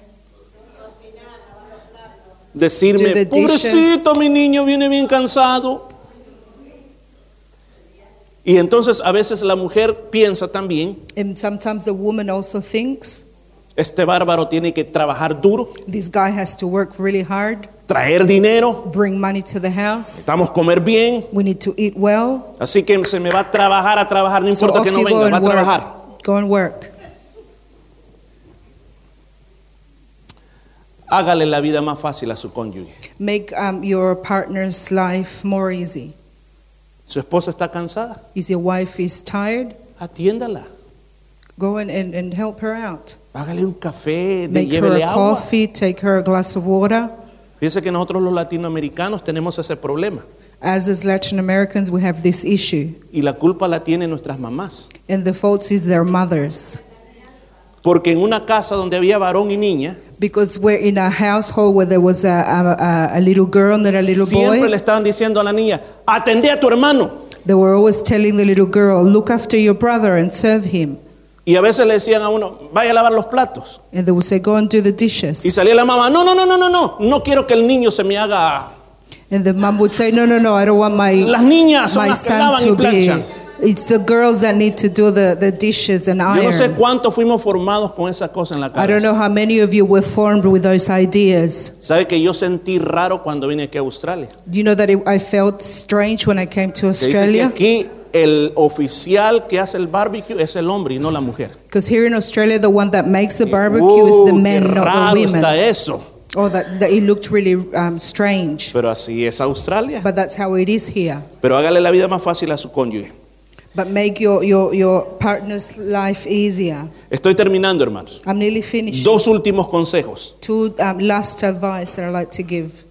decirme,
the dishes.
pobrecito, mi niño viene bien cansado. Y entonces a veces la mujer piensa también,
And sometimes the woman also thinks
este bárbaro tiene que trabajar duro,
this guy has to work really hard,
traer dinero,
bring money to the house.
Estamos comer bien,
We need to eat well.
así que se me va a trabajar, a trabajar, no
So
importa
off
que no
you go
venga, va a
and work.
trabajar.
Go and work.
Hágale la vida más fácil a su cónyuge.
Make um, your partner's life more easy.
Su esposa está cansada,
Is your wife is tired?
atiéndala.
Go and, and, and help her out.
Hágale un café, de,
Make her a
llévele agua.
coffee, take her a glass of water.
Fíjese que nosotros los latinoamericanos tenemos ese problema
As as Latin Americans, we have this issue,
y la culpa la tienen nuestras mamás.
and the fault is their mothers.
Porque en una casa donde había varón y niña,
Because we're in a household where there was a, a, a, a little girl and then a little
siempre le
boy.
estaban diciendo a la niña, atendé a tu hermano.
They were always telling the little girl, look after your brother and serve him.
Y a veces le decían a uno, vaya a lavar los platos.
And they would say, go and do the
Y
dishes.
salía la mamá, no, no, no, no, no, no, no quiero que el niño se me haga
And the mom would say, no, no, no, I don't want my,
Las niñas son
my
las que
son
lavan y
to be.
planchan.
It's the girls that need to do the, the dishes and
Yo no sé
iron.
cuántos fuimos formados con esa cosa en la
I don't
cabeza.
know how many of you were formed with those ideas.
¿Sabe que yo sentí raro cuando vine aquí a Australia?
You know that it, I felt strange when I came to
Que dicen que
Australia.
aquí el oficial que hace el barbecue es el hombre y no la mujer.
Because here in Australia, the one that makes the barbecue
Uh,
is the
qué
men, not
raro
the
está
women.
eso.
Oh, that, that it looked really um, strange.
Pero así es Australia.
But that's how it is here.
Pero hágale la vida más fácil a su cónyuge.
But make your, your, your partner's life easier.
Estoy terminando, hermanos.
I'm nearly finished.
Dos últimos consejos.
Two um, last advice that I like to give.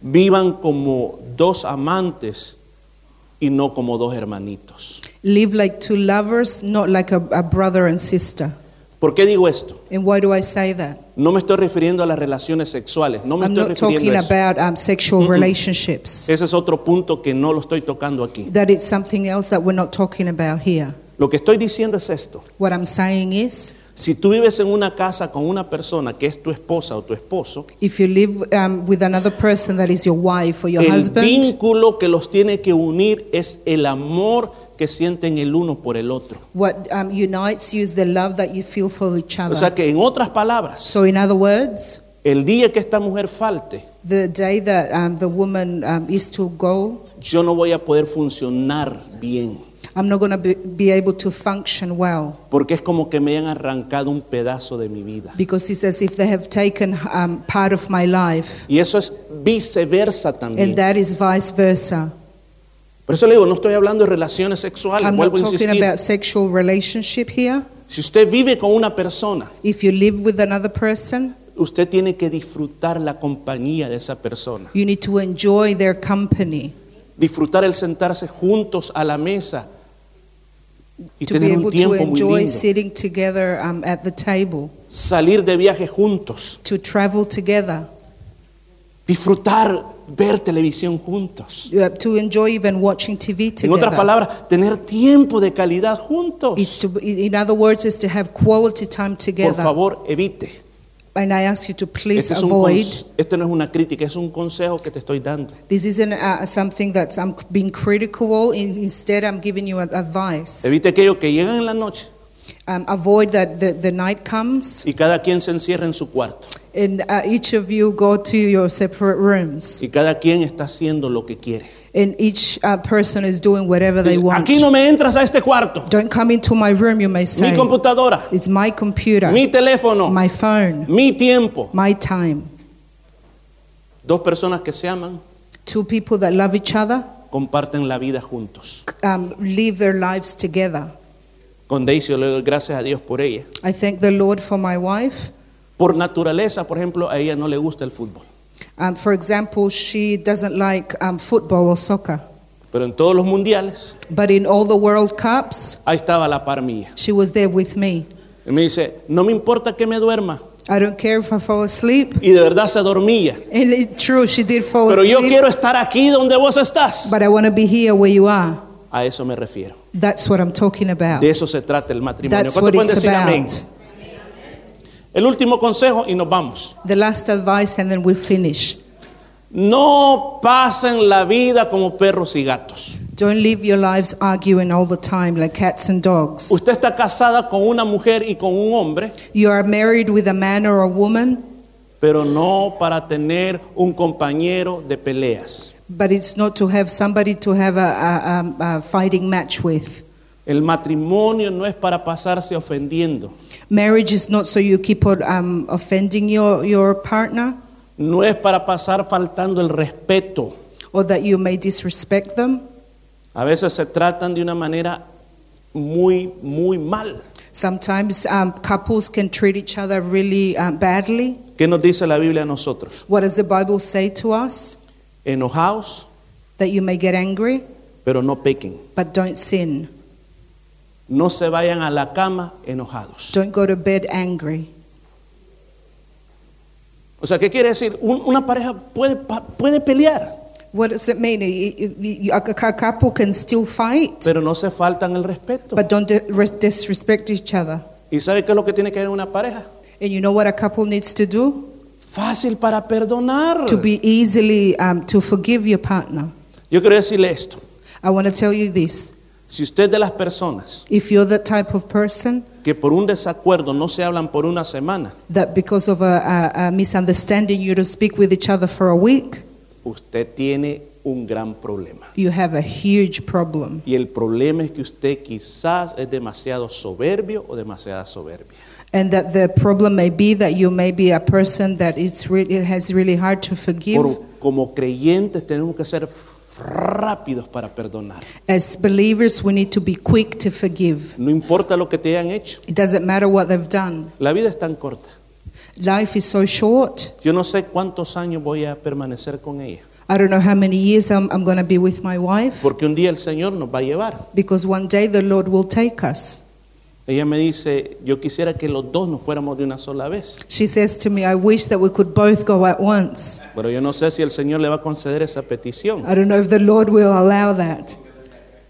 Vivan como dos amantes y no como dos hermanitos.
Live like two lovers, not like a, a brother and sister.
¿Por qué digo esto?
And why do I say that?
No me estoy refiriendo a las relaciones sexuales, no me
I'm
estoy
not
refiriendo
talking
a eso.
about um, sexual relationships.
Ese es otro punto que no lo estoy tocando aquí.
That it's something else that we're not talking about here.
Lo que estoy diciendo es esto.
What I'm saying is,
Si tú vives en una casa con una persona que es tu esposa o tu esposo,
if you live um, with another person that is your wife or your
el
husband,
vínculo que los tiene que unir es el amor que sienten el uno por el otro.
what um, unites you is the love that you feel for each other.
O sea que en otras palabras,
so, in other words,
el día que esta mujer falte,
the day that um, the woman um, is to go,
yo no voy a poder funcionar bien,
I'm not going to be, be able to function well
porque es como que me hayan arrancado un pedazo de mi vida.
because it's as if they have taken um, part of my life,
Y eso es viceversa también.
and that is vice versa.
Por eso le digo, no estoy hablando de relaciones sexuales,
I'm not
vuelvo a
talking
insistir.
about sexual relationship here.
Si usted vive con una persona,
If you live with another person,
usted tiene que disfrutar la compañía de esa persona,
you need to enjoy their company
disfrutar el sentarse juntos a la mesa y
to be
tener un
able to
tiempo muy
enjoy
lindo,
sitting together um, at the table,
salir de viaje juntos,
to travel together,
disfrutar ver televisión juntos.
uh, to enjoy even watching TV
En otras
together.
palabras, tener tiempo de calidad
It's
juntos.
to, in other words, is to have quality time
Por
together.
favor, evite.
And I ask you to please
Este, es un
avoid.
conse- este no es una crítica, es un consejo que te estoy dando.
This isn't uh, something that I'm being critical. In, instead, I'm giving you ad- advice.
Evite aquello que llegan en la noche
Um, avoid that the, the night comes
y cada quien se encierra en su cuarto
and uh, each of you go to your separate rooms
y cada quien está haciendo lo que quiere.
and each uh, person is doing whatever they
Dice,
want.
Aquí no me entras a este cuarto.
Don't come into my room, you may
Mi
say.
computadora,
It's my computer,
mi teléfono,
my phone,
mi tiempo.
my time.
Dos personas que se aman
Two people that love each other
comparten la vida juntos.
um, live their lives together.
Con Daisy yo le doy gracias a Dios por ella.
I thank the Lord for my wife.
Por naturaleza, por ejemplo, a ella no le gusta el fútbol.
Um, for example, she doesn't like um, football or soccer,
Pero en todos los mundiales,
but in all the World Cups,
ahí estaba a la par mía.
she was there with me.
Y me dice, no me importa que me duerma.
I don't care if I fall asleep.
Y de verdad se dormía.
And it's true, she did fall
Pero yo
asleep.
quiero estar aquí donde vos estás.
But I want to be here where you are.
A eso me refiero.
That's what I'm talking about.
De eso se trata el matrimonio.
Ah. That's
¿Cuánto
what
pueden
it's
decir amén?
about.
El último consejo y nos vamos.
The last advice, and then we finish.
No pasen la vida como perros y gatos.
Don't live your lives arguing all the time like cats and dogs.
Usted está casada con una mujer y con un hombre,
You are married with a man or a woman,
pero no para tener un compañero de peleas.
but it's not to have somebody to have a, a, um, a fighting match with.
El matrimonio no es para pasarse ofendiendo.
Marriage is not so you keep on um, offending your, your partner
No es para pasar faltando el respeto.
or that you may disrespect them.
A veces se tratan de una manera muy, muy mal.
Sometimes um, couples can treat each other really um, badly.
¿Qué nos dice la Biblia a nosotros?
What does the Bible say to us?
Enojaos,
That you may get angry,
pero no pequen.
but don't sin.
No se vayan a la cama enojados.
Don't go to bed angry.
O sea, ¿qué quiere decir? Un- una pareja puede, pa- puede pelear,
What does it mean? You- you- you- A a couple can still fight,
pero no se faltan el respeto.
but don't di- res- disrespect each other.
¿Y sabe qué es lo que tiene que haber una pareja?
And you know what a couple needs to do?
Fácil para perdonar.
To be easily um, to forgive your partner.
Yo quiero decirle esto.
I want to tell you this.
Si usted es de las personas
If you're the type of person
que por un desacuerdo no se hablan por una semana,
that because of a, a, a misunderstanding you don't speak with each other for a week,
usted tiene un gran problema.
you have a huge problem.
Y el problema es que usted quizás es demasiado soberbio o demasiada soberbia.
And that the problem may be that you may be a person that it's really, has really hard to forgive.
Por- como creyentes tenemos que ser rápidos para perdonar.
As believers, we need to be quick to forgive.
No importa lo que te hayan hecho.
It doesn't matter what they've done.
La vida es tan corta.
Life is so short.
Yo no sé cuántos años voy a permanecer con ella.
I don't know how many years I'm, I'm going to be with my wife
Porque un día el Señor nos va a llevar.
because one day the Lord will take us.
Ella me dice, yo quisiera que los dos nos fuéramos de una sola vez,
She says to me, I wish that we could both go at once.
pero yo no sé si el Señor le va a conceder esa petición.
I don't know if the Lord will allow that.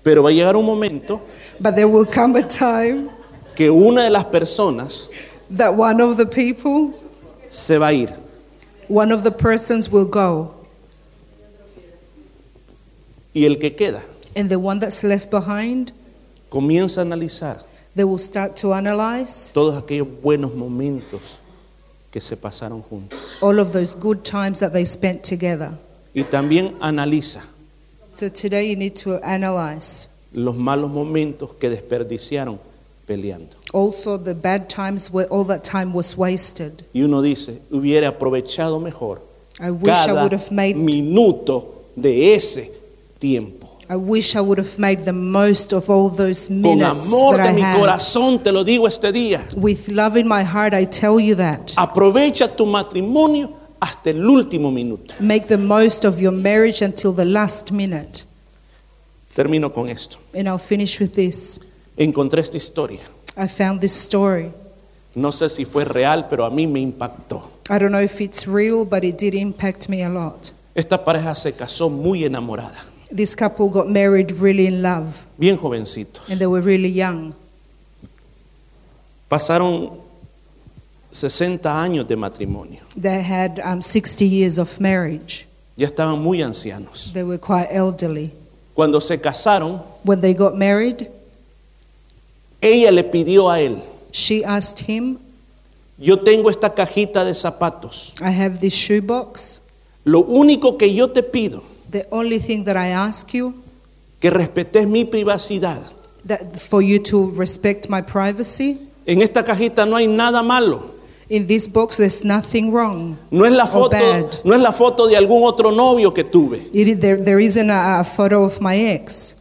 Pero va a llegar un momento
But there will come a time
que una de las personas
that one of the people,
se va a ir.
one of the persons will go,
Y el que queda
and the one that's left behind,
comienza a analizar
they will start to analyze
todos aquellos buenos momentos que se pasaron juntos.
all of those good times that they spent together.
Y también analiza
So today you need to analyze
los malos momentos que desperdiciaron peleando.
also the bad times where all that time was wasted.
Y uno dice, hubiera aprovechado mejor
I wish I
cada
would have made
minuto de ese tiempo.
I wish I would have made the most of all those
Con
minutes
amor
that
de
I
mi
had.
corazón te lo digo este día.
With love in my heart, I tell you that.
Aprovecha tu matrimonio hasta el último minuto.
Make the most of your marriage until the last minute.
Termino con esto.
And I'll finish with this.
Encontré esta historia.
I found this story.
No sé si fue real, pero a mí me impactó.
I don't know if it's real, but it did impact me a lot.
Esta pareja se casó muy enamorada,
This couple got married really in love,
bien jovencitos.
and they were really young.
Pasaron 60 años de matrimonio.
They had um, 60 years of marriage.
Ya estaban muy ancianos.
They were quite elderly.
Cuando se casaron,
When they got married,
ella le pidió a él,
she asked him,
yo tengo esta cajita de zapatos.
I have this shoebox.
Lo único que yo te pido,
The only thing that I ask you
que respetes mi privacidad.
that for you to respect my privacy.
En esta cajita no hay nada malo.
In this box, there's nothing wrong.
No es la
or
foto,
bad.
no es la foto de algún otro novio que tuve.
It is- there, there isn't a, a photo of my ex.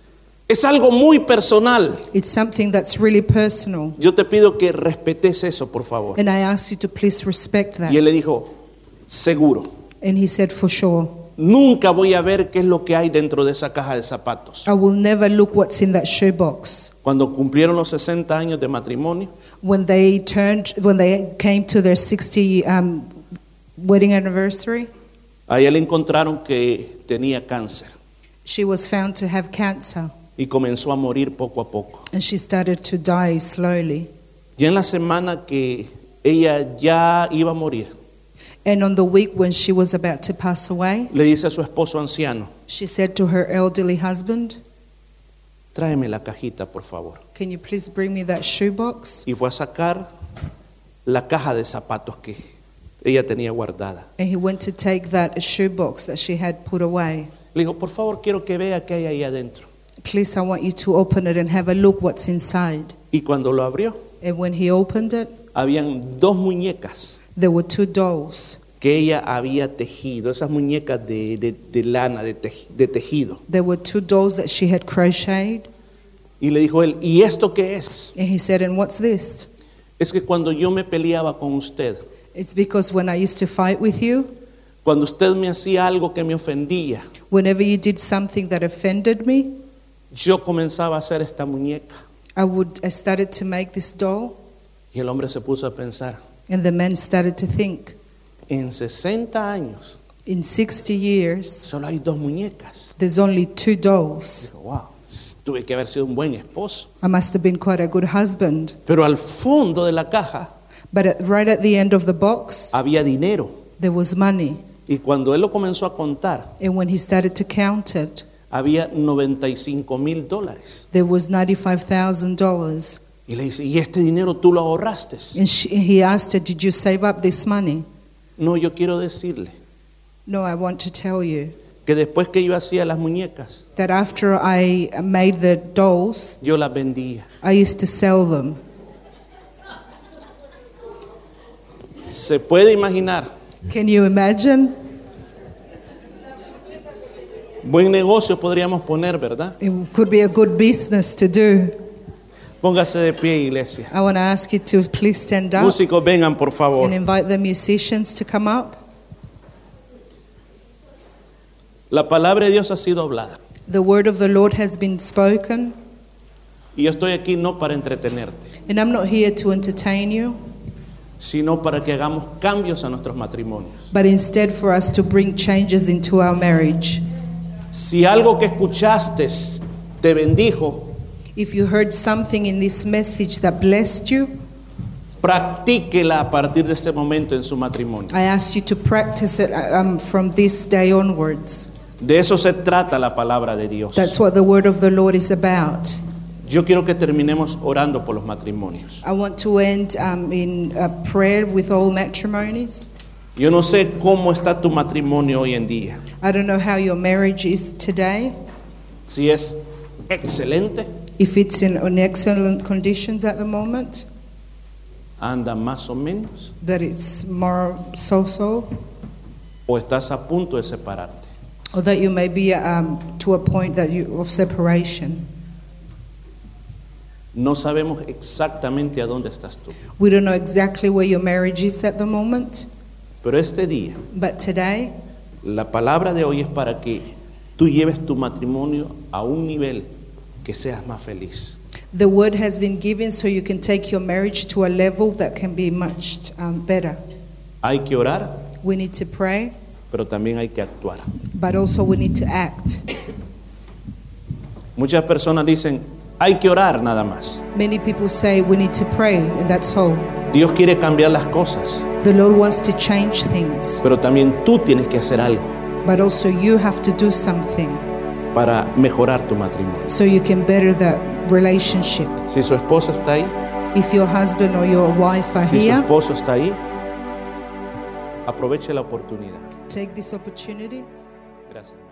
Es algo muy personal.
It's something that's really personal.
Yo te pido que respetes eso, por favor.
And I ask you to please respect that.
Y él le dijo, seguro,
And he said, For sure.
nunca voy a ver qué es lo que hay dentro de esa caja de zapatos.
I will never look what's in that shoebox.
Cuando cumplieron los 60 años de matrimonio,
When they turned, when they came to their 60 um, wedding anniversary,
a ella le encontraron que tenía cáncer
she was found to have cancer
y comenzó a morir poco a poco.
and she started to die slowly.
Y en la semana que ella ya iba a morir,
And on the week when she was about to pass away,
le dice a su esposo anciano,
she said to her elderly husband,
tráeme la cajita, por favor.
Can you please bring me that shoebox?
Y fue a sacar la caja de zapatos que ella tenía guardada.
And he went to take that shoebox that she had put away.
Le dijo, por favor, quiero que vea qué hay ahí adentro.
Please, I want you to open it and have a look what's inside.
Y cuando lo abrió,
And when he opened it,
habían dos muñecas
there were two dolls.
que ella había tejido, esas muñecas de, de- de lana, de tej- de tejido.
There were two dolls that she had crocheted.
Y le dijo él, ¿y esto qué es?
And he said, And what's this?
Es que cuando yo me peleaba con usted,
It's because when I used to fight with you,
cuando usted me hacía algo que me ofendía,
whenever you did something that offended me,
yo comenzaba a hacer esta muñeca.
I would I started to make this doll.
Y el hombre se puso a pensar,
And the men started to think,
en 60 años
in 60 years,
solo hay dos muñecas.
there's only two dolls.
Dijo, wow, tuve que haber sido un buen esposo.
I must have been quite a good husband.
Pero al fondo de la caja
But at, right at the end of the box,
había dinero.
there was money.
Y cuando él lo comenzó a contar,
And when he started to count it,
había 95 mil dólares.
there was $95,000.
Y le dice, ¿y este dinero tú lo ahorraste?
And she, he asked her, Did you save up this money?
No, yo quiero decirle
No, I want to tell you
que después que yo hacía las muñecas,
that after I made the dolls,
yo las vendía.
I used to sell them.
Se puede imaginar,
Can you imagine?
buen negocio podríamos poner, ¿verdad?
It could be a good business to do.
Póngase de pie, iglesia.
I want to ask you to please stand up
Músicos, vengan, por favor.
and invite the musicians to come up.
La palabra de Dios ha sido hablada.
The word of the Lord has been spoken.
Y yo estoy aquí no para entretenerte,
And I'm not here to entertain you,
sino para que hagamos cambios a nuestros matrimonios.
but instead for us to bring changes into our marriage.
Si algo que escuchaste te bendijo,
If you heard something in this message that blessed you,
practíquela a partir de este momento en su matrimonio.
I ask you to practice it um, from this day onwards.
De eso se trata la palabra de Dios.
That's what the word of the Lord is about.
Yo quiero que terminemos orando por los matrimonios.
I want to end um, in a prayer with all matrimonies.
Yo no sé cómo está tu matrimonio hoy en día.
I don't know how your marriage is today,
Si es excelente,
if it's in, in excellent conditions at the moment,
anda más o menos,
that it's more so so,
o estás a punto de separarte.
or that you may be um, to a point that you, of separation.
No sabemos exactamente a dónde estás tú.
We don't know exactly where your marriage is at the moment,
Pero este día,
but today,
la palabra de hoy es para que tú lleves tu matrimonio a un nivel que seas más feliz.
the word has been given so you can take your marriage to a level that can be much um, better.
Hay que orar,
We need to pray,
pero también hay que actuar.
but also we need to act.
Muchas personas dicen, hay que orar nada más.
Many people say we need to pray, and that's all.
Dios quiere cambiar las cosas,
The Lord wants to change things,
pero también tú tienes que hacer algo
but also you have to do something
para mejorar tu matrimonio.
so you can better the relationship.
Si su esposa está ahí,
If your husband or your wife are
si su
here,
esposo está ahí, aproveche la oportunidad.
take this opportunity.
Gracias.